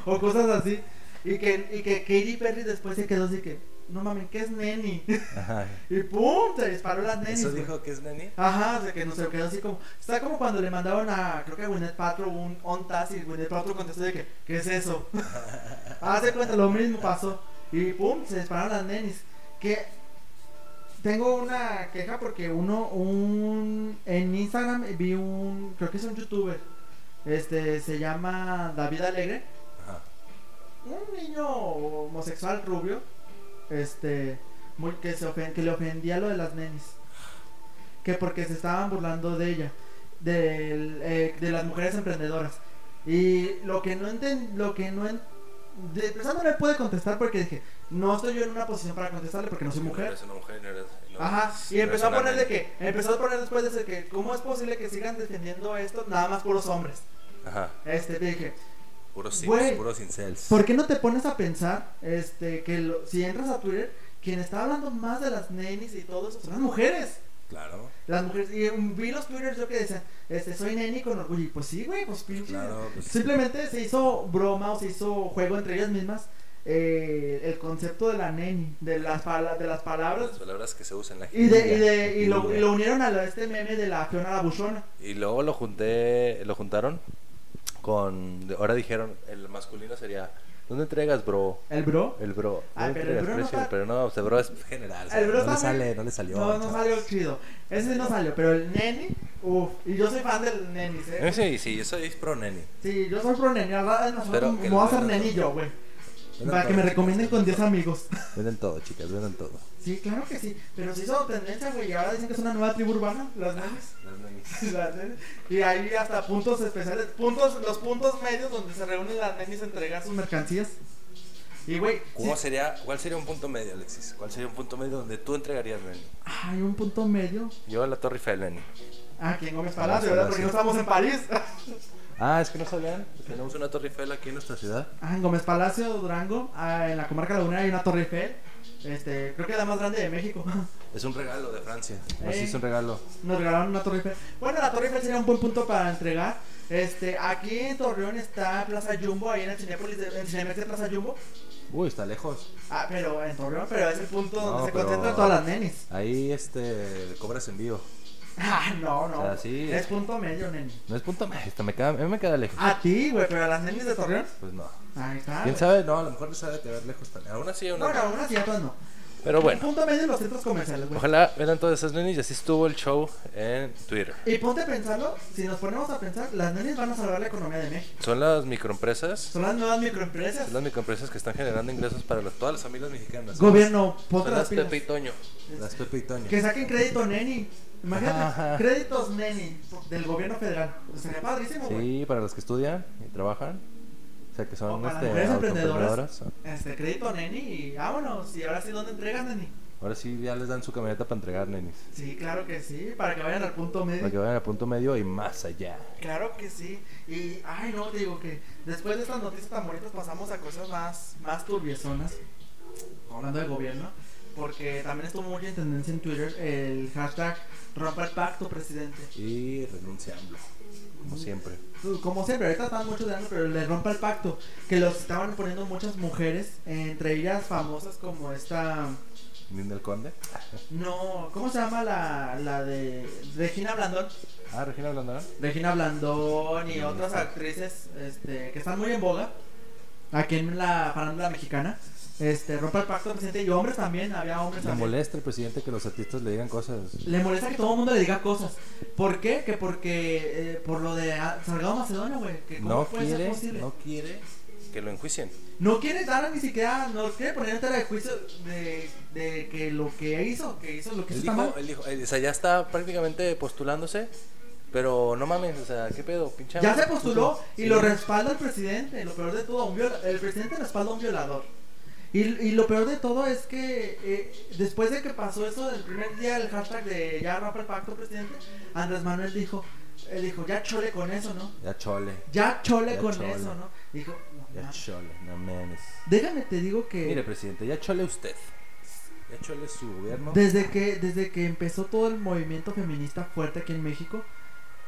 Speaker 3: o cosas así. Y que, y que Katy Perry después se quedó así que, no mames, ¿qué es neni?
Speaker 4: Ajá.
Speaker 3: y pum, se disparó las nenis.
Speaker 4: ¿Eso
Speaker 3: güey.
Speaker 4: dijo que es Nani?
Speaker 3: Ajá, o sea, que nos quedó así como. Está como cuando le mandaron a, creo que a Gwyneth Paltrow un on task y Gwyneth Paltrow contestó de que, ¿qué es eso? Hace cuenta, lo mismo pasó. Y pum, se dispararon las nenis. Que tengo una queja porque uno, un. En Instagram vi un. Creo que es un youtuber. Este, se llama David Alegre.
Speaker 4: Ajá.
Speaker 3: Un niño homosexual rubio. Este. Muy, que, se ofen- que le ofendía lo de las nenis que porque se estaban burlando de ella, del, eh, de las mujeres emprendedoras. Y lo que no enten, lo que no en, de empezar no le pude contestar porque dije, no estoy yo en una posición para contestarle porque no soy mujer.
Speaker 2: eres una mujer, no eres- no-
Speaker 3: Ajá, y
Speaker 2: no
Speaker 3: empezó a
Speaker 2: eres una
Speaker 3: poner de
Speaker 2: nena.
Speaker 3: que, empezó a poner después de eso que, ¿cómo es posible que sigan defendiendo esto nada más puros hombres?
Speaker 2: Ajá,
Speaker 3: Este, dije,
Speaker 4: Puros sims,
Speaker 3: Güey.
Speaker 4: puros incels.
Speaker 3: ¿por qué no te pones a pensar, este, que lo- si entras a Twitter, quien está hablando más de las nenis y todo eso son las mujeres?
Speaker 4: Claro,
Speaker 3: Las mujeres, y um, vi los twitters yo que decían, este, soy neni con orgullo. Y pues sí, güey, pues pinche.
Speaker 4: claro. pues,
Speaker 3: Simplemente se hizo broma o se hizo juego entre ellas mismas eh, el concepto de la neni, de las, pala- de las palabras.
Speaker 2: las palabras que se usan en la
Speaker 3: Y, de, y,
Speaker 2: jerga.
Speaker 3: de, y, lo, y lo unieron a lo- este meme de la Fiona la buchona.
Speaker 2: Y luego lo junté, lo juntaron con, de- ahora dijeron, el masculino sería, ¿dónde entregas, bro?
Speaker 3: El bro.
Speaker 2: El bro.
Speaker 3: Ay,
Speaker 2: ¿Dónde
Speaker 3: pero el
Speaker 2: entregas,
Speaker 3: bro no
Speaker 2: precio?
Speaker 3: está-
Speaker 2: Pero no, o sea, bro es...
Speaker 4: General.
Speaker 3: El bro
Speaker 4: no le
Speaker 3: está muy-
Speaker 4: sale, no le salió.
Speaker 3: No, no
Speaker 4: chavos.
Speaker 3: salió chido. Ese sí no salió, pero el neni, uff. Y yo soy fan del neni, ¿eh?
Speaker 2: Sí, sí,
Speaker 4: Yo
Speaker 2: eso
Speaker 4: soy pro Nani.
Speaker 3: Sí, yo soy pro neni. ahora Es más, me
Speaker 2: Pero que
Speaker 3: voy a
Speaker 2: le-
Speaker 3: hacer neni yo, güey.
Speaker 4: Venden
Speaker 3: Para que
Speaker 4: todo,
Speaker 3: me
Speaker 4: chicas,
Speaker 3: recomienden con 10 amigos.
Speaker 4: Venden todo, chicas, venden todo.
Speaker 3: Sí, claro que sí. Pero se hizo tendencia, güey. Y ahora dicen que es una nueva tribu urbana, las nenes.
Speaker 4: Las nenis.
Speaker 3: Las nenes. Y hay hasta puntos especiales, puntos, los puntos medios donde se reúnen las nenes a entregar sus mercancías. Y, güey,
Speaker 4: ¿Cómo
Speaker 3: sí,
Speaker 4: sería, ¿Cuál sería un punto medio, Alexis? ¿Cuál sería un punto medio donde tú entregarías Nani?
Speaker 3: hay un punto medio.
Speaker 2: Yo a la Torre Eiffel, Neni.
Speaker 3: Aquí en Gómez Palacio, ¿verdad? Porque no
Speaker 4: Palacio.
Speaker 3: estamos en París.
Speaker 4: Ah, es que no sabían.
Speaker 2: Tenemos una Torre Eiffel aquí en nuestra ciudad.
Speaker 3: Ah, en Gómez Palacio, Durango, ah, en la comarca lagunera hay una Torre Eiffel. Este, creo que es la más grande de México.
Speaker 4: Es un regalo de Francia.
Speaker 3: Eh.
Speaker 4: Así Pues es un regalo.
Speaker 3: Nos regalaron una Torre Eiffel. Bueno, la Torre Eiffel sería un buen punto para entregar. Este, aquí en Torreón está Plaza Jumbo, ahí en el Cinépolis, de- en Cinemex de Plaza Jumbo.
Speaker 4: Uy, está lejos.
Speaker 3: Ah, pero en Torreón, pero es el punto donde
Speaker 4: No,
Speaker 3: se
Speaker 4: pero-
Speaker 3: concentran todas las nenis.
Speaker 4: Ahí este cobras en vivo.
Speaker 3: Ah, no, no.
Speaker 4: O sea, sí.
Speaker 3: Es punto medio, neni.
Speaker 4: No es punto medio, esto me queda, a mí me queda lejos.
Speaker 3: A ti, güey, pero a las nenis de Torreón.
Speaker 4: Pues no.
Speaker 3: Ahí está.
Speaker 4: ¿Quién
Speaker 3: güey.
Speaker 4: sabe? No, a lo mejor les sabe quedar lejos también. Aún
Speaker 2: Aún así, una...
Speaker 3: Bueno, unas y otras no.
Speaker 2: Pero bueno.
Speaker 3: Punto medio en los centros comerciales, güey.
Speaker 2: Ojalá vean todas esas nenis y así estuvo el show en Twitter.
Speaker 3: Y ponte a pensarlo, si nos ponemos a pensar, las nenis van a salvar la economía de México.
Speaker 2: Son las microempresas,
Speaker 3: Son las nuevas microempresas.
Speaker 2: son las microempresas que están generando ingresos para las- todas las familias mexicanas.
Speaker 3: Gobierno,
Speaker 2: Son
Speaker 3: ponte las
Speaker 2: las
Speaker 3: pilas.
Speaker 2: Pepe y Toño.
Speaker 4: las Pepe y Toño.
Speaker 3: Que saquen crédito neni. Imagínate,
Speaker 4: Ajá.
Speaker 3: créditos neni del gobierno federal. Pues Sería padrísimo, güey.
Speaker 4: Sí, para los que estudian y trabajan. O sea, que
Speaker 3: O
Speaker 4: son
Speaker 3: para
Speaker 4: este,
Speaker 3: mujeres emprendedoras.
Speaker 4: autoemprendedoras.
Speaker 3: Este, crédito neni y vámonos. Y ahora sí, ¿dónde entregas neni?
Speaker 4: Ahora sí ya les dan su camioneta para entregar, nenis.
Speaker 3: Sí, claro que sí, para que vayan al punto medio.
Speaker 4: Para que vayan a punto medio y más allá.
Speaker 3: Claro que sí. Y, ay, no, te digo que después de estas noticias tan bonitas pasamos a cosas más, más turbiezonas. Hablando de gobierno. Porque también estuvo muy en tendencia en Twitter el hashtag rompa el pacto, presidente.
Speaker 4: Y renuncia a AMLO, como siempre.
Speaker 3: Como siempre, ahorita están muchos de AMLO, pero le rompa el pacto. Que los estaban poniendo muchas mujeres, entre ellas famosas como esta.
Speaker 4: Linda el Conde.
Speaker 3: No, ¿cómo se llama la, la de Regina Blandón?
Speaker 4: Ah, Regina Blandón.
Speaker 3: Regina Blandón y otras actrices este, que están muy en boga aquí en la farándula mexicana. Este, rompa el pacto presidente y hombres también, había hombres
Speaker 4: Le
Speaker 3: también.
Speaker 4: molesta al presidente que los artistas le digan cosas.
Speaker 3: Le molesta que todo el mundo le diga cosas. ¿Por qué? Que porque eh, por lo de ah, Salgado Macedonio, güey, que cómo
Speaker 4: No
Speaker 3: puede ser
Speaker 4: quiere,
Speaker 3: posible.
Speaker 4: no quiere.
Speaker 2: Que lo enjuicien.
Speaker 3: No quiere dar ni siquiera, no quiere poner en tela de juicio de, de que lo que hizo, que hizo lo que hizo
Speaker 2: Él
Speaker 3: está
Speaker 2: dijo,
Speaker 3: mal.
Speaker 2: él dijo, él- o sea, ya está prácticamente postulándose, pero no mames, o sea, ¿qué pedo? Pinche
Speaker 3: Ya
Speaker 2: AMLO.
Speaker 3: se postuló y
Speaker 2: Sí.
Speaker 3: lo respalda el presidente. Lo peor de todo, un viola- el presidente respalda a un violador. Y, y lo peor de todo es que eh, después de que pasó eso del primer día el hashtag de ya rompe el pacto presidente, Andrés Manuel dijo, él dijo, ya chole con eso, ¿no?
Speaker 4: Ya chole.
Speaker 3: Ya chole
Speaker 4: Ya
Speaker 3: con
Speaker 4: chole.
Speaker 3: eso, ¿no? Dijo, no,
Speaker 4: Ya
Speaker 3: no.
Speaker 4: chole, no mames.
Speaker 3: déjame te digo que...
Speaker 4: Mire, presidente, ya chole usted. Ya chole su gobierno.
Speaker 3: Desde que, desde que empezó todo el movimiento feminista fuerte aquí en México,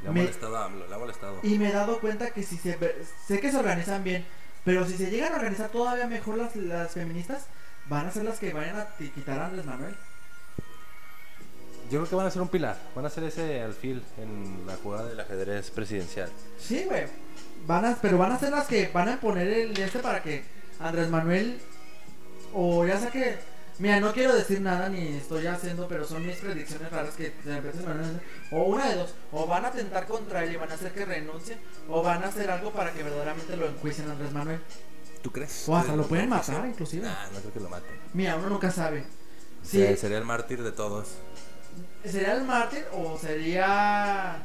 Speaker 4: Le ha
Speaker 3: me-
Speaker 4: molestado a AMLO, le ha molestado.
Speaker 3: y me he dado cuenta que si se, ve- sé que se organizan bien, pero si se llegan a organizar todavía mejor las, las feministas, van a ser las que vayan a ti- quitar a Andrés Manuel.
Speaker 4: Yo creo que van a ser un pilar, van a ser ese alfil en la jugada de
Speaker 2: El
Speaker 4: la...
Speaker 2: ajedrez presidencial.
Speaker 3: Sí, güey. Van a, pero van a ser las que van a poner el este para que Andrés Manuel o ya sea que mira, no quiero decir nada ni estoy haciendo, pero son mis predicciones raras que de repente van a hacer- o una de dos, o van a tentar contra él y van a hacer que renuncie o van a hacer algo para que verdaderamente lo enjuicien a Andrés Manuel.
Speaker 4: ¿Tú crees?
Speaker 3: O hasta lo pueden matar inclusive.
Speaker 4: Nah, Ah, no creo que lo maten.
Speaker 3: Mira, uno nunca sabe.
Speaker 4: Sí.
Speaker 3: Sí,
Speaker 4: sería el mártir de todos.
Speaker 3: ¿Sería el mártir o sería...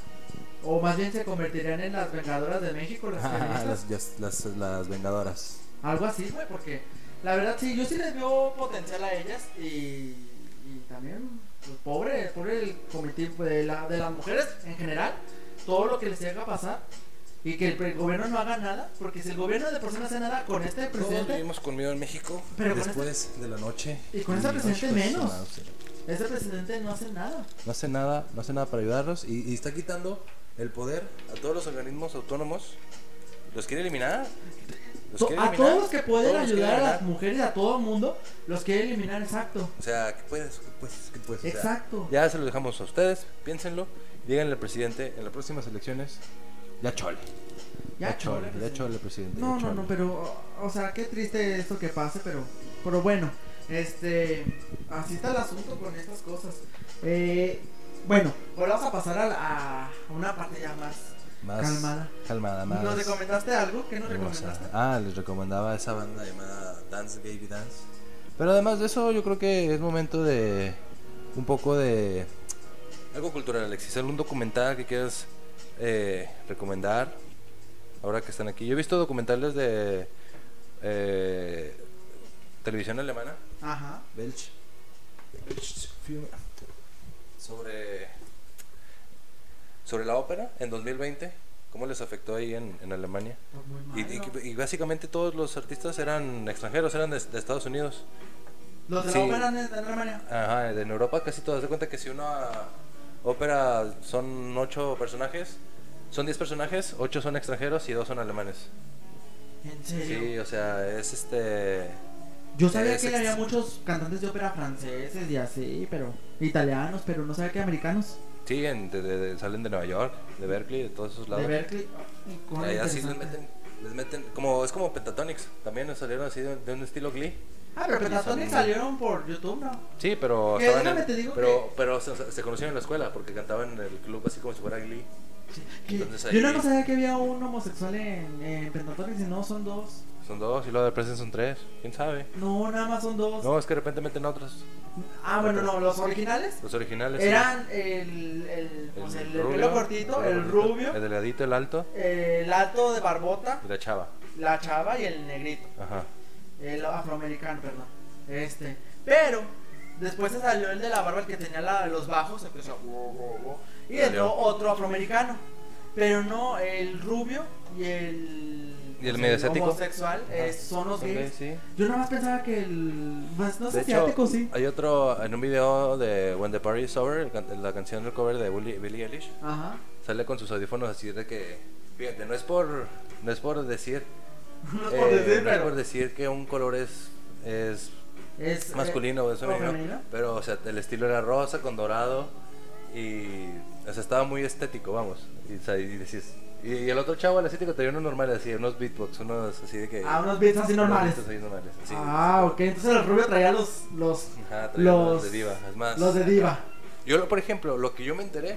Speaker 3: O más bien se convertirían en las vengadoras de México, las feministas?
Speaker 4: las, las, las, las vengadoras.
Speaker 3: Algo así, güey, porque la verdad sí, yo sí les veo potencial a ellas y, y también, pues, pobre, pobre el comité pues, de, la, de las mujeres en general, todo lo que les llega a pasar y que el, pre- gobierno no haga nada, porque si el gobierno de por sí no hace nada con este presidente,
Speaker 4: con miedo en México.
Speaker 3: Pero con este-
Speaker 4: Después de la noche.
Speaker 3: y con esa
Speaker 4: las
Speaker 3: presidente menos.
Speaker 4: personas, sí.
Speaker 3: este presidente no hace nada.
Speaker 4: No hace nada, no hace nada para ayudarlos y, y está quitando el poder.
Speaker 2: A todos los organismos autónomos, ¿los quiere eliminar? ¿Los
Speaker 3: To-
Speaker 2: quiere
Speaker 3: a
Speaker 2: Pues eliminar?
Speaker 3: todos los que pueden
Speaker 2: Todos los quiere
Speaker 3: ayudar a las
Speaker 2: eliminar.
Speaker 3: mujeres y a todo el mundo, los quiere eliminar, exacto.
Speaker 2: O sea, ¿qué puedes? ¿Qué puedes? ¿Qué puedes? O sea,
Speaker 3: Exacto.
Speaker 2: ya se lo dejamos a ustedes, piénsenlo. Díganle al presidente en la
Speaker 4: Las
Speaker 2: próxima.
Speaker 4: próximas elecciones, ya chole.
Speaker 3: Ya, chole,
Speaker 4: ya
Speaker 3: presidente.
Speaker 4: chole, presidente.
Speaker 3: No,
Speaker 4: ya
Speaker 3: no,
Speaker 4: chole.
Speaker 3: no, pero, o sea, qué triste esto que pase, pero, pero bueno, este, así está el asunto con estas cosas. Eh, bueno, ahora vamos a pasar a, la- a una parte ya más.
Speaker 4: Más
Speaker 3: Calmada.
Speaker 4: Calmada, más.
Speaker 3: ¿Nos recomendaste algo? ¿Qué nos
Speaker 4: hermosa.
Speaker 3: recomendaste?
Speaker 4: Ah, les recomendaba esa banda llamada Dance Baby Dance. Pero además de eso, yo creo que es momento de un poco de
Speaker 2: Algo cultural, Alexis. ¿Algún documental que quieras eh, recomendar? Ahora que están aquí. Yo he visto documentales de eh, televisión alemana
Speaker 3: Ajá.
Speaker 4: Belch.
Speaker 2: sobre, sobre la ópera en 2020. ¿Cómo les afectó ahí en, en Alemania?
Speaker 3: Pues muy
Speaker 2: Y,
Speaker 3: malo.
Speaker 2: y- y básicamente todos los artistas eran extranjeros, eran de, de Estados Unidos.
Speaker 3: Los de
Speaker 2: sí.
Speaker 3: la ópera en, en Alemania.
Speaker 2: Ajá, en Europa casi todos. De cuenta que si una ópera son ocho personajes, son diez personajes, ocho son extranjeros y dos son alemanes.
Speaker 3: En serio.
Speaker 2: Sí, o sea, es este.
Speaker 3: Yo sabía
Speaker 2: Es
Speaker 3: que había
Speaker 2: ex-
Speaker 3: muchos cantantes de ópera franceses y así, pero italianos, pero no sabía que americanos.
Speaker 2: Sí, en- de- de- de- salen de Nueva York, de Berkeley, de todos esos lados.
Speaker 3: De Berkeley. Con
Speaker 2: Allá sí les
Speaker 3: interesante.
Speaker 2: meten, les meten, como, es como Pentatonix, también salieron así de, de un estilo Glee.
Speaker 3: Ah, pero
Speaker 2: son-
Speaker 3: Pentatonic salieron por YouTube, ¿no?
Speaker 2: Sí, pero
Speaker 3: Que
Speaker 2: estaban
Speaker 3: Eh, déjame
Speaker 2: en-
Speaker 3: te digo
Speaker 2: pero,
Speaker 3: que-
Speaker 2: pero se, se conocieron en la escuela porque cantaban en el club así como si fuera Glee.
Speaker 3: Que-
Speaker 2: Entonces ahí-
Speaker 3: Yo no sabía que había un homosexual en, en Pentatonix y no son dos.
Speaker 2: Son dos y luego de Present son tres, quién sabe.
Speaker 3: No, nada más son dos.
Speaker 2: No, es que de repente meten otros,
Speaker 3: Ah, bueno, no, los originales
Speaker 2: los originales. sí.
Speaker 3: eran el, el, pues, el de pelo cortito,
Speaker 2: pelo
Speaker 3: el
Speaker 2: cortito,
Speaker 3: rubio,
Speaker 2: el delgadito, el alto
Speaker 3: el alto de barbota,
Speaker 2: y la chava.
Speaker 3: la chava y el negrito.
Speaker 2: Ajá.
Speaker 3: El Eh, afroamericano, perdón. Este. Pero después se salió el de la barba, el que tenía la- los bajos, empezó. "Wo, wo, wo", y
Speaker 2: Salió.
Speaker 3: entró otro afroamericano. Pero no, el rubio y el.
Speaker 2: ¿Y el
Speaker 3: pues,
Speaker 2: medio asiático?
Speaker 3: homosexual eh, son los
Speaker 2: Ok,
Speaker 3: gays.
Speaker 2: sí.
Speaker 3: Yo nada más pensaba que el. Más, no sé
Speaker 2: De
Speaker 3: si
Speaker 2: hecho,
Speaker 3: asiático sí.
Speaker 2: hay otro en un video de When the Party is Over, el can- la canción del cover de Billie, Billie Eilish.
Speaker 3: Ajá.
Speaker 2: Sale con sus audífonos así de que, fíjate, no es por, no es por decir,
Speaker 3: No es
Speaker 2: eh,
Speaker 3: por decir,
Speaker 2: no es por
Speaker 3: pero.
Speaker 2: decir que un color es, es
Speaker 3: Es eh,
Speaker 2: masculino o es
Speaker 3: ¿o
Speaker 2: femenino,
Speaker 3: femenino?
Speaker 2: pero o sea, el estilo era rosa con dorado y o sea, estaba muy estético, vamos. Y, o sea, y decías- y- y el otro chavo, el asiático, tenía unos normales así, unos beatbox, unos así de que...
Speaker 3: Ah, unos beats así normales.
Speaker 2: unos beats así normales, así.
Speaker 3: Ah, ok. Entonces el rubio traía los. Los,
Speaker 2: Ajá, traía
Speaker 3: los,
Speaker 2: los, de diva, es más.
Speaker 3: Los de diva.
Speaker 2: Yo, lo- por ejemplo, lo que yo me enteré,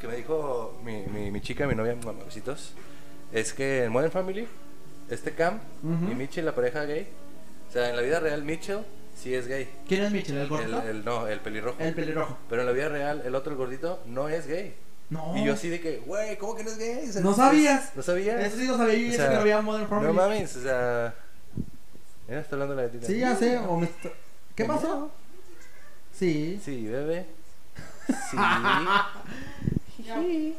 Speaker 2: que me dijo mi, mi, mi chica, mi novia, mamorcitos, es que en Modern Family, este Cam
Speaker 3: Ujú.
Speaker 2: y Mitchell, la pareja gay, o sea, en la vida real Mitchell sí es gay.
Speaker 3: ¿Quién es Mitchell? ¿El
Speaker 2: El,
Speaker 3: gordito?
Speaker 2: el- no, el pelirrojo.
Speaker 3: El pelirrojo.
Speaker 2: Pero en la vida real, el otro, el gordito, no es gay.
Speaker 3: No.
Speaker 2: Y yo así de que, güey, ¿cómo que no es gay? O sea,
Speaker 3: Oh. No sabías.
Speaker 2: ¿No sabías?
Speaker 3: Eso sí lo sabía yo y
Speaker 2: O
Speaker 3: eso
Speaker 2: sea,
Speaker 3: que lo había Modern Family.
Speaker 2: No mames, o sea... Mira, está hablando la gatita.
Speaker 3: Sí, ya sé. o me está- ¿Qué pasó? Sí.
Speaker 2: Sí, bebé. Sí.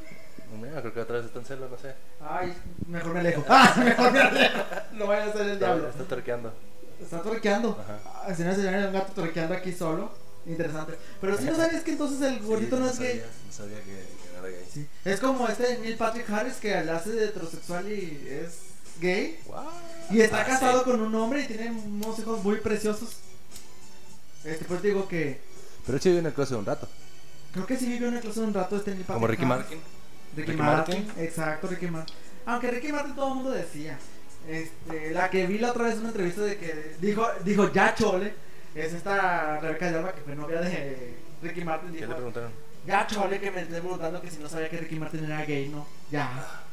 Speaker 2: Mira, creo que otra vez está en celo, no sé.
Speaker 3: Ay, mejor me alejo. Ah, mejor me alejo. No vaya a ser el
Speaker 2: Está,
Speaker 3: diablo.
Speaker 2: está torqueando.
Speaker 3: Está torqueando.
Speaker 2: Ajá.
Speaker 3: Ah, Si no, se ve un gato torqueando aquí solo. Interesante. Pero si no sabías que entonces el gordito no es gay.
Speaker 4: No sabía que, que era gay.
Speaker 3: Sí. Es como este Neil Patrick Harris que la hace de heterosexual y es gay.
Speaker 2: Wow.
Speaker 3: Y está
Speaker 2: Ah,
Speaker 3: casado
Speaker 2: sí.
Speaker 3: con un hombre y tiene unos hijos muy preciosos. Este, pues digo que
Speaker 4: Pero él sí vive en el closet un rato.
Speaker 3: creo que si vivió en el closet un rato este Neil
Speaker 2: Como
Speaker 3: Patrick
Speaker 2: Ricky
Speaker 3: Harris.
Speaker 2: Martin.
Speaker 3: Ricky,
Speaker 2: Ricky
Speaker 3: Martin.
Speaker 2: Martin.
Speaker 3: Exacto, Ricky Martin. Aunque Ricky Martin todo el mundo decía. Este, la que vi la otra vez en una entrevista de que dijo, dijo ya chole, es esta Rebeca de Alba que fue novia de Ricky Martin.
Speaker 2: ¿Qué
Speaker 3: Dijo,
Speaker 2: le preguntaron?
Speaker 3: ya chole que me esté preguntando que si no sabía que Ricky Martin era gay, no. Ya.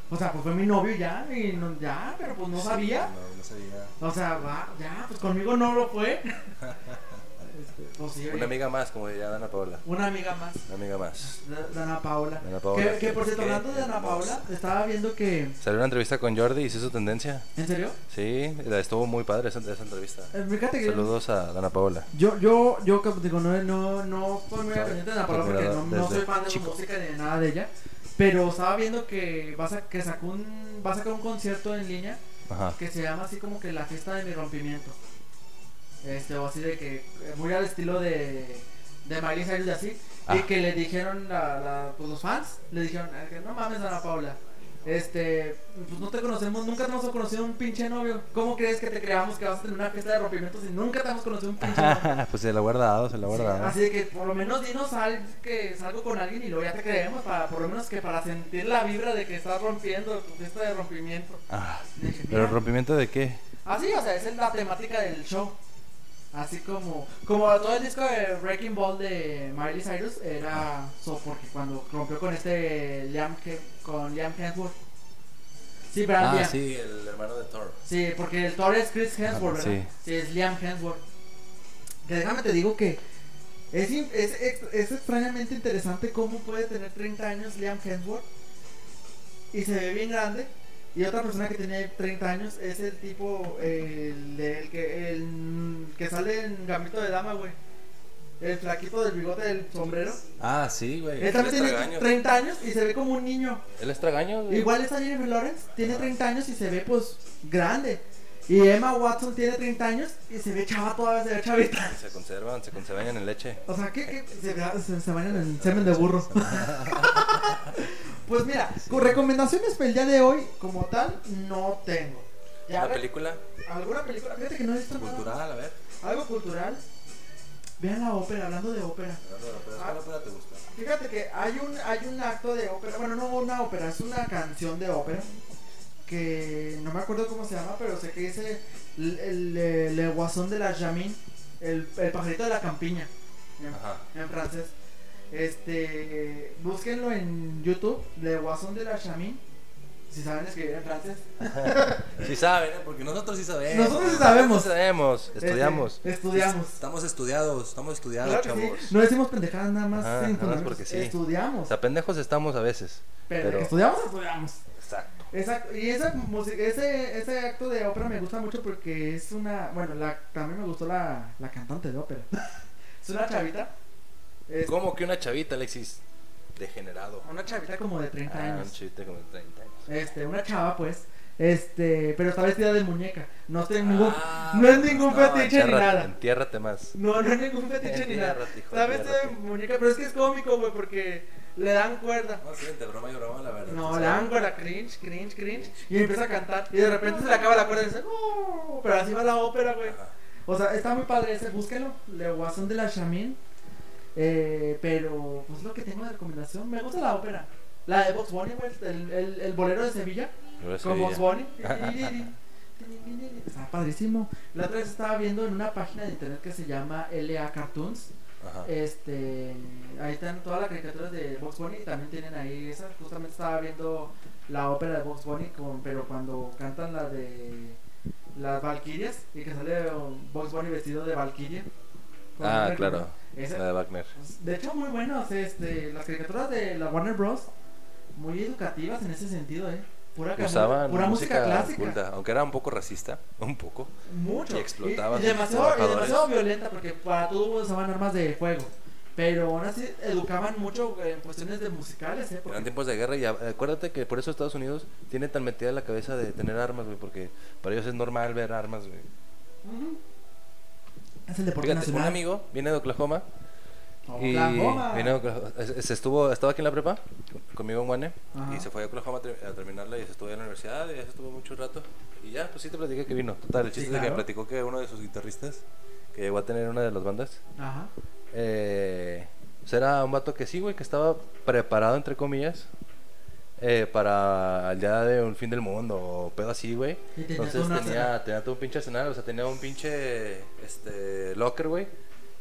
Speaker 3: O sea, pues fue mi novio ya, y no, ya, pero pues no sabía.
Speaker 4: No, no sabía.
Speaker 3: O sea, va, ya, pues conmigo no lo fue. Este, pues sí,
Speaker 2: Una amiga más, como diría Dana Paola.
Speaker 3: una amiga más.
Speaker 2: Una amiga más.
Speaker 3: Da- Dana Paola.
Speaker 2: Dana Paola.
Speaker 3: Que, que por cierto,
Speaker 2: Qué
Speaker 3: hablando de Dana Paola, estaba viendo que.
Speaker 2: Salió una entrevista con Jordi y se hizo tendencia.
Speaker 3: ¿En serio?
Speaker 2: Sí, la- estuvo muy padre esa, esa entrevista.
Speaker 3: Eh, Fíjate que.
Speaker 2: Saludos a Dana Paola.
Speaker 3: Yo, yo, yo, como digo, no, no, no estoy muy
Speaker 2: No,
Speaker 3: pendiente de Dana Paola porque no,
Speaker 2: admirador
Speaker 3: no soy
Speaker 2: desde
Speaker 3: fan de su
Speaker 2: chico.
Speaker 3: música ni de nada de ella. Pero estaba viendo que va a, sa- que sacó un, va a sacar un concierto en línea
Speaker 2: Ajá.
Speaker 3: que se llama así como que la fiesta de mi rompimiento. Este, o así de que, eh, muy al estilo de, de Miley Cyrus y así. Y
Speaker 2: Ah.
Speaker 3: que le dijeron la, la- pues los fans, le dijeron, eh, que no mames Ana Paula, este, pues no te conocemos, nunca te hemos conocido un pinche novio. ¿Cómo crees que te creamos que vas a tener una fiesta de rompimiento si nunca te hemos conocido un pinche novio?
Speaker 4: pues se la ha guardado, se la ha
Speaker 3: Sí,
Speaker 4: guardado.
Speaker 3: así de que por lo menos dinos al, que salgo con alguien y luego ya te creemos, para, por lo menos que para sentir la vibra de que estás rompiendo tu fiesta de rompimiento.
Speaker 4: Ah,
Speaker 3: Dije,
Speaker 4: ¿Pero
Speaker 3: "Mira".
Speaker 4: rompimiento de qué?
Speaker 3: Así, Ah, o sea, esa es la temática del show. Así como, como todo el disco de Breaking Ball de Miley Cyrus era so, porque cuando rompió con este Liam Hem- con Liam Hemsworth. Sí, pero
Speaker 2: Ah,
Speaker 3: Liam. Sí.
Speaker 2: sí, el hermano de Thor.
Speaker 3: porque el Thor es Chris Hemsworth,
Speaker 4: Ah,
Speaker 3: ¿verdad? Sí. es Liam Hemsworth. Que déjame te digo que es, in- es, ex- es extrañamente interesante cómo puede tener 30 años Liam Hemsworth y se ve bien grande. Y otra persona que tiene 30 años es el tipo, eh, el, de- el que, el que sale en Gambito de Dama, güey. El flaquito del bigote del sombrero.
Speaker 4: Ah, sí, güey.
Speaker 3: Él también tiene
Speaker 2: tragaños.
Speaker 3: 30 años y se ve como un niño.
Speaker 2: Él es tragaño. güey.
Speaker 3: Igual está Jennifer Lawrence, tiene 30 años y se ve pues grande. Y Emma Watson tiene 30 años y se ve chava todavía, se ve chavita.
Speaker 2: Se conservan, se conservan en leche.
Speaker 3: O sea, ¿qué, qué? Se, se, se bañan en semen de burro. pues mira, con recomendaciones para el día de hoy, como tal, no tengo. Ya,
Speaker 2: La
Speaker 3: ve-
Speaker 2: película
Speaker 3: ¿Alguna película? Fíjate que no he visto nada.
Speaker 4: cultural, a ver.
Speaker 3: Algo cultural. Vean la ópera, hablando de ópera.
Speaker 2: Ah,
Speaker 3: ¿cuál
Speaker 4: ópera te gusta?
Speaker 3: Fíjate que hay un, hay un acto de ópera, bueno, no una ópera, es una canción de ópera que no me acuerdo cómo se llama, pero sé que dice el, el- el- el guasón de la Jamin, el, el pajarito de la campiña, en,
Speaker 2: Ajá.
Speaker 3: en francés. Este, búsquenlo en YouTube, el guasón de la Jamin, si saben escribir en francés.
Speaker 2: Sí saben, ¿eh? porque nosotros sí sabemos.
Speaker 3: Nosotros sí sabemos.
Speaker 2: Nosotros sabemos,
Speaker 3: Este,
Speaker 2: estudiamos.
Speaker 3: estudiamos.
Speaker 4: Estamos estudiados, estamos estudiados,
Speaker 3: Claro que sí,
Speaker 4: chavos.
Speaker 3: No decimos pendejadas nada más,
Speaker 2: Ajá,
Speaker 3: sin
Speaker 2: nada más
Speaker 3: fundamentos.
Speaker 2: porque sí.
Speaker 3: estudiamos.
Speaker 2: O sea, pendejos estamos a veces.
Speaker 3: pero,
Speaker 2: pero-
Speaker 3: estudiamos, estudiamos.
Speaker 2: Exacto.
Speaker 3: Exacto, y esa música, ese, ese acto de ópera me gusta mucho porque es una, bueno, la, también me gustó la, la cantante de ópera. es una chavita. es
Speaker 2: ¿Cómo que una chavita, Alexis? Degenerado.
Speaker 3: Una chavita como de 30
Speaker 2: Ah, un
Speaker 3: años.
Speaker 2: chiste como de 30 años.
Speaker 3: Este, una chava pues. Este, pero está vestida de muñeca. No es ningún,
Speaker 2: Ah,
Speaker 3: no es
Speaker 2: no,
Speaker 3: ningún fetiche ni
Speaker 2: entiérrate-
Speaker 3: nada.
Speaker 2: Entiérrate más.
Speaker 3: No, no es ningún fetiche ni nada.
Speaker 2: Entiérrate, hijo,
Speaker 3: Está vestida de
Speaker 2: entiérrate.
Speaker 3: muñeca, pero es que es cómico, güey, porque le dan cuerda.
Speaker 4: No, sí, entre broma y broma, la verdad.
Speaker 3: No, la áncora, cringe, cringe, cringe. Y empieza a cantar. Y de repente se le acaba la cuerda y dice, "Oh", Pero así va la ópera, güey. O sea, está muy padre ese, búsquenlo. Le Guasón de la Chamin. Eh, pero, pues lo que tengo de recomendación, me gusta la ópera. La de Box Bunny, güey, el, el, el bolero de Sevilla.
Speaker 2: Luego
Speaker 3: Con Box
Speaker 2: Sevilla.
Speaker 3: Bunny. Está padrísimo. La otra vez estaba viendo en una página de internet que se llama LA Cartoons.
Speaker 2: Ajá.
Speaker 3: Este, ahí están todas las caricaturas de Box Bunny y también tienen ahí esa. Justamente estaba viendo la ópera de Box Bunny, con, pero cuando cantan la de las Valkyrias y que sale um, Box Bunny vestido de Valkyria. con
Speaker 2: Ah,
Speaker 3: una-
Speaker 2: claro. Ah.
Speaker 3: esa- pues,
Speaker 2: La de Wagner.
Speaker 3: de hecho, muy buenas este, las caricaturas de la Warner Bros. Muy educativas en ese sentido, ¿eh? Pura, camu-
Speaker 2: Usaban
Speaker 3: pura música, clásica.
Speaker 2: culta, aunque era un poco racista, un poco.
Speaker 3: Mucho.
Speaker 2: Y explotaban
Speaker 3: Y- y demasiado, y
Speaker 2: trabajadores.
Speaker 3: demasiado violenta porque para todo usaban armas de fuego. Pero aún así educaban mucho eh, en cuestiones de musicales, ¿eh? Porque-
Speaker 2: Eran tiempos de guerra y a- acuérdate que por eso Estados Unidos tiene tan metida la cabeza de tener armas, güey, porque para ellos es normal ver armas, güey.
Speaker 3: Ujú. Es el deporte
Speaker 2: Fíjate, un
Speaker 3: nacional.
Speaker 2: amigo viene de Oklahoma y
Speaker 3: Oklahoma.
Speaker 2: viene de Oklahoma- es- es- estuvo, estaba aquí en la prepa con- conmigo en Guane
Speaker 3: Ajá.
Speaker 2: y se fue a Oklahoma a, ter- a terminarla y estuvo en la universidad y ya estuvo mucho rato. Y ya, pues sí te platiqué que vino. Total, el
Speaker 3: Sí,
Speaker 2: chiste es de
Speaker 3: claro.
Speaker 2: que me platicó que uno de sus guitarristas, que llegó a tener una de las bandas.
Speaker 3: Ajá.
Speaker 2: Eh, pues era un vato que sí, güey, que estaba preparado, entre comillas, eh, para el día de un fin del mundo o pedo así, güey.
Speaker 3: Y tenía
Speaker 2: Entonces
Speaker 3: todo un
Speaker 2: tenía,
Speaker 3: arsenal.
Speaker 2: tenía todo un pinche escenario, o sea, tenía un pinche este, locker, güey,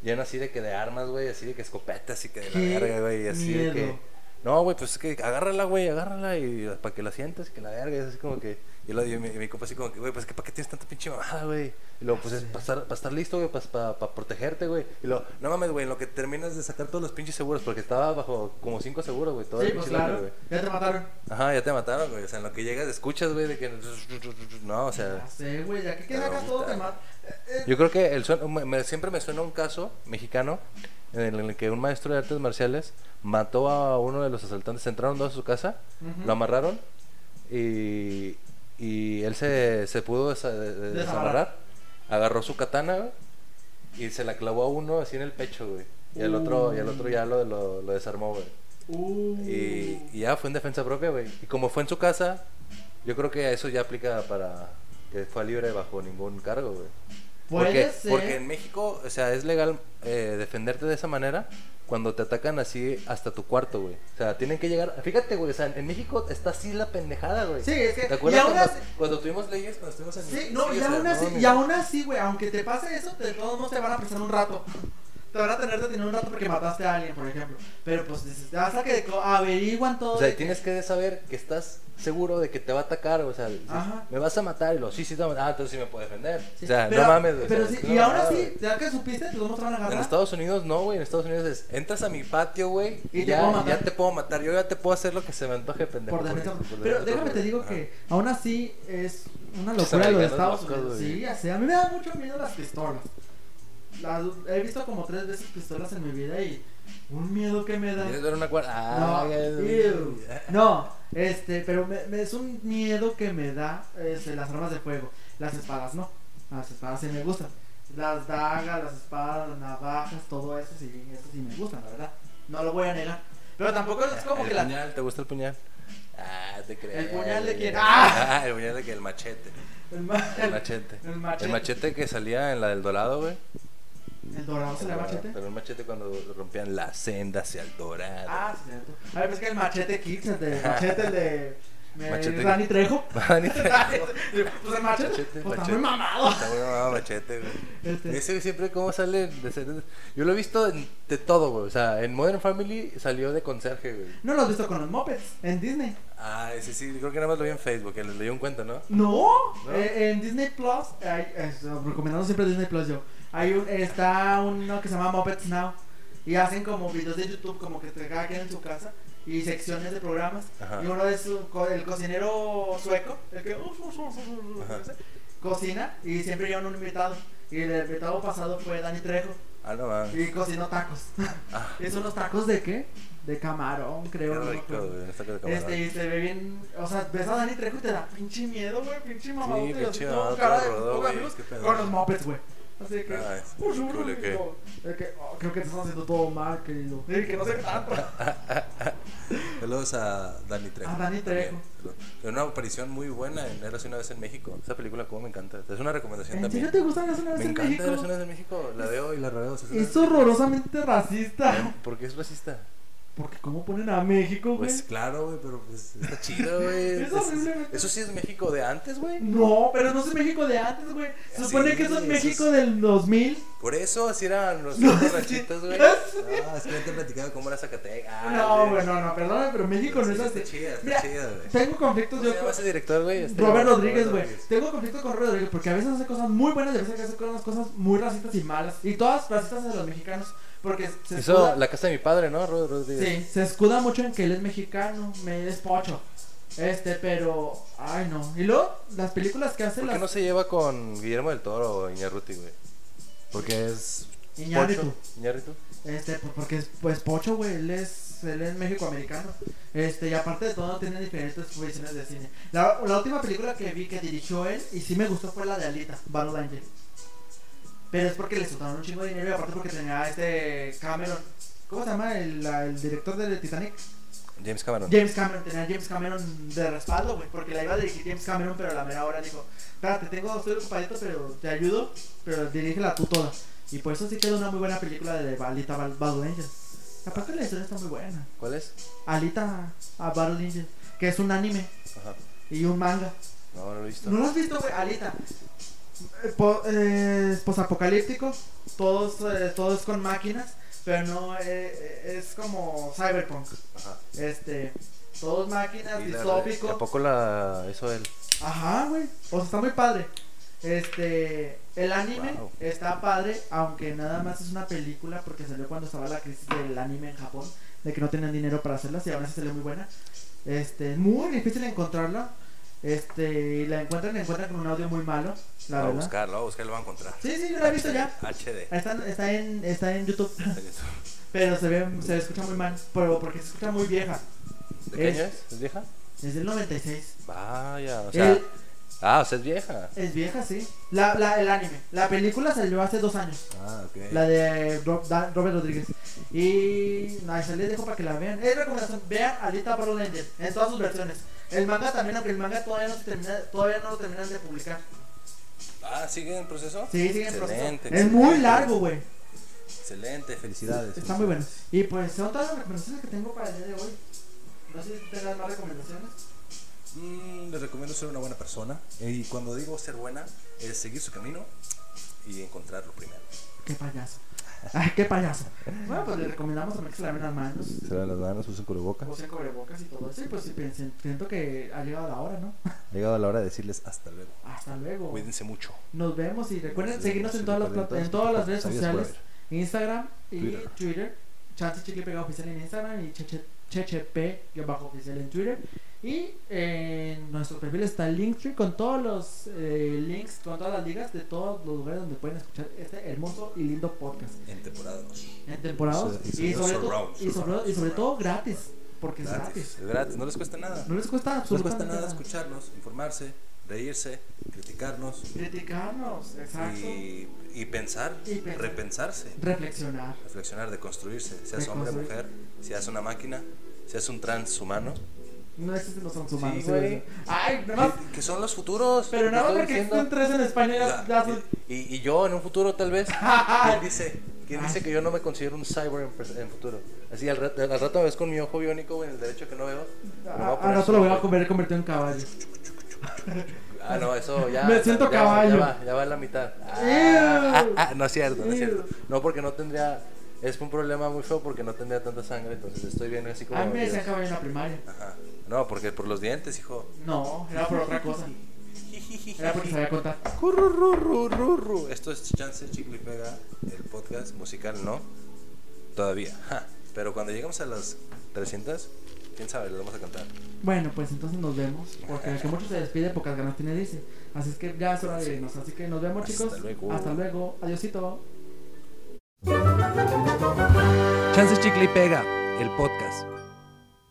Speaker 2: lleno así de que de armas, güey, así de que escopetas y que de
Speaker 3: Qué
Speaker 2: la verga, güey, y así de
Speaker 3: miedo.
Speaker 2: que. No, güey, pues es que agárrala, güey, agárrala y para que la sientas y que la verga, y es así como que. Y lo mi, mi compa así como que, güey, pues que para qué tienes tanta pinche mamada, güey. Y luego, pues es para estar, pa' estar listo, güey, para protegerte, güey. Y luego, no mames, güey, en lo que terminas de sacar todos los pinches seguros, porque estaba bajo como cinco seguros, güey, todo
Speaker 3: Sí,
Speaker 2: el
Speaker 3: pues
Speaker 2: pinche locker,
Speaker 3: claro.
Speaker 2: güey.
Speaker 3: Ya te mataron.
Speaker 2: Ajá, ya te mataron, güey. O sea, en lo que llegas, escuchas, güey, de que. No, o sea.
Speaker 3: Ya sé, güey. Ya que que
Speaker 2: Ah. Pero
Speaker 3: sacas todo
Speaker 2: ahorita-
Speaker 3: te mata.
Speaker 2: Yo creo que el sueno- me- me- siempre me suena un caso mexicano en el que un maestro de artes marciales mató a uno de los asaltantes. Entraron dos a su casa,
Speaker 3: Ujú.
Speaker 2: lo amarraron y, y él se, se pudo desa- de- de-
Speaker 3: Desamarrar.
Speaker 2: desamarrar. Agarró su katana güey, y se la clavó a uno así en el pecho, güey. Y el otro, y el otro ya lo, lo, lo desarmó, güey.
Speaker 3: Uh.
Speaker 2: Y, y ya fue en defensa propia, güey. Y como fue en su casa, yo creo que eso ya aplica para que fue libre bajo ningún cargo, güey.
Speaker 3: Puede
Speaker 2: Porque,
Speaker 3: ser.
Speaker 2: porque en México, o sea, es legal eh, defenderte de esa manera cuando te atacan así hasta tu cuarto, güey. O sea, tienen que llegar. Fíjate, güey, o sea, en México está así la pendejada, güey.
Speaker 3: Sí, es que-
Speaker 2: ¿Te acuerdas
Speaker 3: y aún
Speaker 2: cuando,
Speaker 3: así-
Speaker 2: cuando tuvimos leyes, cuando estuvimos en.
Speaker 3: Sí, no, y,
Speaker 2: o sea,
Speaker 3: aún así,
Speaker 2: mames.
Speaker 3: y aún así, güey, aunque te pase eso, de todos modos te van a pensar un rato. Te van a tener detenido un rato porque mataste a alguien, por ejemplo. Pero pues dices, hasta que co- averiguan todo.
Speaker 2: O sea,
Speaker 3: de-
Speaker 2: tienes que saber que estás seguro de que te va a atacar, o sea, dices,
Speaker 3: Ajá.
Speaker 2: me vas a matar y lo, sí, sí, te va a matar. Ah, entonces sí me puedo defender.
Speaker 3: Sí,
Speaker 2: O sea,
Speaker 3: pero-
Speaker 2: no mames, güey. o
Speaker 3: Pero
Speaker 2: sea,
Speaker 3: sí,
Speaker 2: es una
Speaker 3: y aún
Speaker 2: mamada,
Speaker 3: así,
Speaker 2: güey.
Speaker 3: ya que supiste, de todos modos te van a agarrar.
Speaker 2: En Estados Unidos no, güey. En Estados Unidos es, entras a mi patio, güey,
Speaker 3: Y
Speaker 2: y,
Speaker 3: te
Speaker 2: ya,
Speaker 3: puedo matar.
Speaker 2: ya te puedo matar. Yo ya te puedo hacer lo que se me antoje, pendejo. pues,
Speaker 3: por defensa.
Speaker 2: por- por
Speaker 3: Pero
Speaker 2: defensa
Speaker 3: déjame te
Speaker 2: propia.
Speaker 3: digo
Speaker 2: Ajá.
Speaker 3: que aún así es una
Speaker 2: Los
Speaker 3: locura lo de
Speaker 2: americanos
Speaker 3: Estados
Speaker 2: locos,
Speaker 3: Unidos.
Speaker 2: güey.
Speaker 3: Sí, ya sé, a mí me da mucho miedo las pistolas. Las- he visto como tres veces pistolas en mi vida y un miedo que me da.
Speaker 2: ¿Quieres ver una cuerda? Ah,
Speaker 3: No,
Speaker 2: ya, ya,
Speaker 3: ew.
Speaker 2: ya.
Speaker 3: no, este, pero me, me- es un miedo que me da este, las armas de fuego. Las espadas no, las espadas sí me gustan. Las dagas, las espadas, las navajas, todo eso sí, eso sí me gustan, la verdad. No lo voy a negar. Pero tampoco es como
Speaker 2: ¿El
Speaker 3: que la...
Speaker 2: puñal? ¿Te gusta el puñal? Ah, te crees.
Speaker 3: ¿El puñal de quién?
Speaker 2: Ah, el puñal de que el machete.
Speaker 3: El, ma-
Speaker 2: El machete.
Speaker 3: El machete.
Speaker 2: El machete que salía en la del dorado, güey.
Speaker 3: ¿El dorado se le llama machete?
Speaker 2: Pero el machete cuando rompían la senda hacia el dorado.
Speaker 3: Ah, sí, cierto. A ver, pues es que el machete Kicks, el de machete, el de... me-
Speaker 2: Machete.
Speaker 3: Dani Trejo.
Speaker 2: Dani Trejo.
Speaker 3: pues el machete,
Speaker 2: Machete,
Speaker 3: pues está
Speaker 2: machete.
Speaker 3: muy mamado.
Speaker 2: Está muy mamado machete, güey.
Speaker 3: Este.
Speaker 2: Ese siempre cómo sale de ser- Yo lo he visto en- de todo, güey. O sea, en Modern Family salió de conserje, güey.
Speaker 3: ¿No lo has visto con los mopeds en Disney?
Speaker 2: Ah, ese sí, creo que nada más lo vi en Facebook, que les leí un cuento, ¿no?
Speaker 3: No,
Speaker 2: ¿No?
Speaker 3: eh, en Disney Plus, hay- es- recomendando siempre Disney Plus yo, hay un, está uno que se llama Muppets Now y hacen como videos de YouTube como que te cada quien en su casa y secciones de programas
Speaker 2: Ajá.
Speaker 3: y uno es un co- el cocinero sueco, el que uh, uf, uf, uf, uf,
Speaker 2: Ajá.
Speaker 3: uh, ese, cocina y siempre llevan un invitado y el invitado pasado fue Dani Trejo
Speaker 2: Ah, no mames.
Speaker 3: y cocinó tacos.
Speaker 2: Ah.
Speaker 3: ¿Y son los tacos de qué? De camarón,
Speaker 2: Qué
Speaker 3: creo. no me
Speaker 2: rico,
Speaker 3: acuerdo.
Speaker 2: güey. Está con el camarón.
Speaker 3: Este, y se ve bien. O sea, ves a Dani Trejo y te da pinche miedo, güey. Pinche mamá.
Speaker 2: pinche mamado, todo rodó, güey, qué pedo.
Speaker 3: Con los mopeds, güey. Así que.
Speaker 2: Ah, es-
Speaker 3: "Uy, uy,
Speaker 2: qué
Speaker 3: uy",
Speaker 2: ole, qué.
Speaker 3: digo, de que, "Oh, creo que te estás haciendo todo mal, querido. Y que no sé qué tanto.
Speaker 2: Saludos a Dani Trejo.
Speaker 3: A Dani Trejo.
Speaker 2: Bien, saludos. Una aparición muy buena en Eras una vez en México. Esa película como me encanta. Es una recomendación
Speaker 3: ¿En serio
Speaker 2: también.
Speaker 3: te gustan las una
Speaker 2: me
Speaker 3: vez en
Speaker 2: encanta
Speaker 3: México?
Speaker 2: Eras una vez en México. La veo y la reveo. se hace
Speaker 3: Es
Speaker 2: una-
Speaker 3: horrorosamente racista.
Speaker 2: ¿Por qué es racista?
Speaker 3: Porque, ¿cómo ponen a México, güey?
Speaker 2: Pues claro, güey, pero pues está chido, güey.
Speaker 3: Es horrible.
Speaker 2: Eso sí es México de antes, güey.
Speaker 3: No, pero no es México de antes, güey. Se
Speaker 2: Sí,
Speaker 3: supone que eso es
Speaker 2: eso
Speaker 3: México
Speaker 2: es-
Speaker 3: del 2000.
Speaker 2: Por eso así eran los borrachitos, güey. Ah, es que no te he platicado cómo era Zacatecas. Ah,
Speaker 3: No, güey, no, no, perdóname, pero México no es así.
Speaker 2: Está chida,
Speaker 3: Mira,
Speaker 2: está chida, güey.
Speaker 3: Tengo conflictos
Speaker 2: ¿Cómo
Speaker 3: yo
Speaker 2: se
Speaker 3: con
Speaker 2: llama ese director, güey? Este,
Speaker 3: Robert Rodríguez, güey. Tengo conflicto con Robert Rodríguez porque a veces hace cosas muy buenas y a veces hace unas cosas muy racistas y malas. Y todas racistas de los mexicanos porque se escuda,
Speaker 2: Hizo La Casa de mi Padre, ¿no? Robert Rodríguez.
Speaker 3: sí, se escuda mucho en que él es mexicano, me es pocho. Este, pero, ay no. Y luego, las películas que hace
Speaker 2: ¿Por qué
Speaker 3: las
Speaker 2: no se lleva con Guillermo del Toro o Iñarruti, güey? Porque es.
Speaker 3: Iñárritu.
Speaker 2: Pocho. Iñárritu.
Speaker 3: Este, pues, porque es, pues Pocho, güey, él es, él es México-americano. Este, y aparte de todo, tiene diferentes visiones de cine. La, la última película que vi que dirigió él y sí me gustó fue la de Alita, Battle Angel. Pero es porque le soltaron un chingo de dinero y aparte porque tenía a este Cameron. ¿Cómo se llama el, la- el director de Titanic?
Speaker 2: James Cameron.
Speaker 3: James Cameron, tenía a James Cameron de respaldo, güey, porque la iba a dirigir James Cameron, pero a la mera hora dijo, espérate, tengo, estoy ocupadito, pero te ayudo, pero dirígela tú toda. Y por eso sí queda una muy buena película de Alita Val- Battle Angel. Aparte la historia está muy buena.
Speaker 2: ¿Cuál es?
Speaker 3: Alita a Battle Angel, que es un anime
Speaker 2: Ajá.
Speaker 3: y un manga.
Speaker 2: No, no lo he visto.
Speaker 3: ¿No lo has visto, güey? Alita. Eh, po- eh, posapocalíptico, todos, eh, todos con máquinas, pero no eh, eh, es como cyberpunk.
Speaker 2: Ajá.
Speaker 3: Este, todos máquinas,
Speaker 2: Y la- ¿y ¿A
Speaker 3: distópico.
Speaker 2: poco la eso él?
Speaker 3: Ajá, güey. O sea, está muy padre. Este, el anime
Speaker 2: Wow.
Speaker 3: está padre, aunque nada más es una película porque salió cuando estaba la crisis del anime en Japón, de que no tenían dinero para hacerla, y ahora sí salió muy buena. Este, es muy difícil encontrarla. Este, y la encuentran, la encuentran con un audio muy
Speaker 2: Lo
Speaker 3: malo, la
Speaker 2: voy a
Speaker 3: verdad.
Speaker 2: buscar, lo voy a buscar, lo voy a encontrar.
Speaker 3: Sí, sí, yo la he visto ya.
Speaker 2: HD.
Speaker 3: Está, está en, está en YouTube, pero se ve, se escucha muy mal, pero porque se escucha muy vieja.
Speaker 2: ¿De qué año es? ¿Es vieja?
Speaker 3: Es del 96.
Speaker 2: Vaya, o sea.
Speaker 3: El-
Speaker 2: Ah, o sea, es vieja.
Speaker 3: Es vieja, sí. La, la, el anime. La película salió hace dos años.
Speaker 4: Ah, ok.
Speaker 3: La de Rob- Dan- Robert Rodríguez. Y nada, se les dejo para que la vean. Es recomendación, vean Alita Battle Angel en todas sus versiones. El manga también, aunque el manga todavía no, se termina, todavía no lo terminan de publicar.
Speaker 2: Ah, ¿sigue en proceso?
Speaker 3: Sí, sigue en proceso.
Speaker 2: Excelente,
Speaker 3: Es muy
Speaker 2: excelente.
Speaker 3: largo, güey.
Speaker 2: Excelente, felicidades.
Speaker 4: Felicidades.
Speaker 3: Está muy bueno. Y pues son todas las recomendaciones que tengo para el día de hoy. No sé si tengas más recomendaciones.
Speaker 2: Mm, les recomiendo ser una buena persona. Y cuando digo ser buena, es seguir su camino y encontrarlo primero.
Speaker 3: Qué payaso. Ay, qué payaso. Bueno, pues le recomendamos también que se laven las manos.
Speaker 4: Se lavan las manos, usen cubrebocas.
Speaker 3: Usen cubrebocas y todo eso. Y pues sí, piensen- siento que ha llegado la hora, ¿no?
Speaker 4: Ha llegado la hora de decirles hasta luego.
Speaker 3: Hasta luego.
Speaker 2: Cuídense mucho.
Speaker 3: Nos vemos y recuerden
Speaker 4: Sí,
Speaker 3: seguirnos en
Speaker 4: sí,
Speaker 3: todas las
Speaker 4: recuerden
Speaker 3: plat- en
Speaker 4: todas
Speaker 3: todas las
Speaker 4: las
Speaker 3: redes
Speaker 4: pantallas por
Speaker 3: sociales, Instagram y Twitter.
Speaker 4: Twitter.
Speaker 3: Chance Chicle Pega oficial en Instagram y Cheche- Chechepe bajo oficial en Twitter. Y eh, en nuestro perfil está el Linktree con todos los eh, links, con todas las ligas de todos los lugares donde pueden escuchar este hermoso y lindo podcast
Speaker 2: En temporada 2.
Speaker 3: en temporadas
Speaker 4: Sí,
Speaker 3: y,
Speaker 4: sí,
Speaker 3: sobre todo,
Speaker 2: surround,
Speaker 3: y, sobre, y sobre
Speaker 2: surround.
Speaker 3: todo gratis, porque es
Speaker 2: Gratis.
Speaker 3: gratis.
Speaker 2: Es gratis, no les cuesta nada.
Speaker 3: No les cuesta
Speaker 2: No les cuesta
Speaker 3: absolutamente
Speaker 2: nada
Speaker 3: nada.
Speaker 2: escucharnos, informarse, reírse, criticarnos
Speaker 3: Criticarnos, exacto.
Speaker 2: y, y pensar,
Speaker 3: Y pensar.
Speaker 2: repensarse,
Speaker 3: Reflexionar.
Speaker 2: reflexionar, deconstruirse. Seas hombre, mujer,
Speaker 3: Deconstruir.
Speaker 2: seas una máquina, seas un transhumano.
Speaker 3: No existen los transhumanos.
Speaker 2: Sí, güey.
Speaker 3: sí, Ay, nada más.
Speaker 2: Que son los futuros.
Speaker 3: Pero
Speaker 2: te
Speaker 3: nada más
Speaker 2: estoy
Speaker 3: porque
Speaker 2: diciendo.
Speaker 3: existen tres en España ya, ya son- Ah,
Speaker 2: y, y yo en un futuro tal vez. ¿Quién dice? ¿Quién dice que yo no me considero un cyber en, pres- en futuro? Así al rato, al rato me ves con mi ojo biónico, güey, en el derecho que no veo. me voy a
Speaker 3: Ah,
Speaker 2: poner
Speaker 3: Ahora se lo voy a
Speaker 2: súper-
Speaker 3: comer convertido en caballo.
Speaker 2: Ah, no, eso ya.
Speaker 3: Me siento
Speaker 2: ya- Ya
Speaker 3: caballo.
Speaker 2: va, ya va en la mitad. Ah,
Speaker 3: Ew.
Speaker 2: ah, no es cierto, no es
Speaker 3: Ew.
Speaker 2: cierto. No, porque no tendría. Es un problema muy feo porque no tendría tanta sangre, entonces estoy bien así como.
Speaker 3: A mí Ah, me decían
Speaker 2: Dios.
Speaker 3: caballo en la primaria.
Speaker 2: Ajá. No, porque por los dientes, hijo.
Speaker 3: No, era por otra cosa. Era porque sabía contar.
Speaker 2: Cururururururu. Esto es Chance Chicle y Pega, el podcast musical, ¿no? Todavía. Ja. Pero cuando llegamos a las 300, quién sabe, lo vamos a cantar.
Speaker 3: Bueno, pues entonces nos vemos. Porque el que mucho se despide, pocas ganas tiene, dice. Así es que ya es hora de irnos. Así que nos vemos,
Speaker 2: Hasta
Speaker 3: chicos.
Speaker 2: luego.
Speaker 3: Hasta luego. Adiosito.
Speaker 1: Chance Chicle y Pega, el podcast.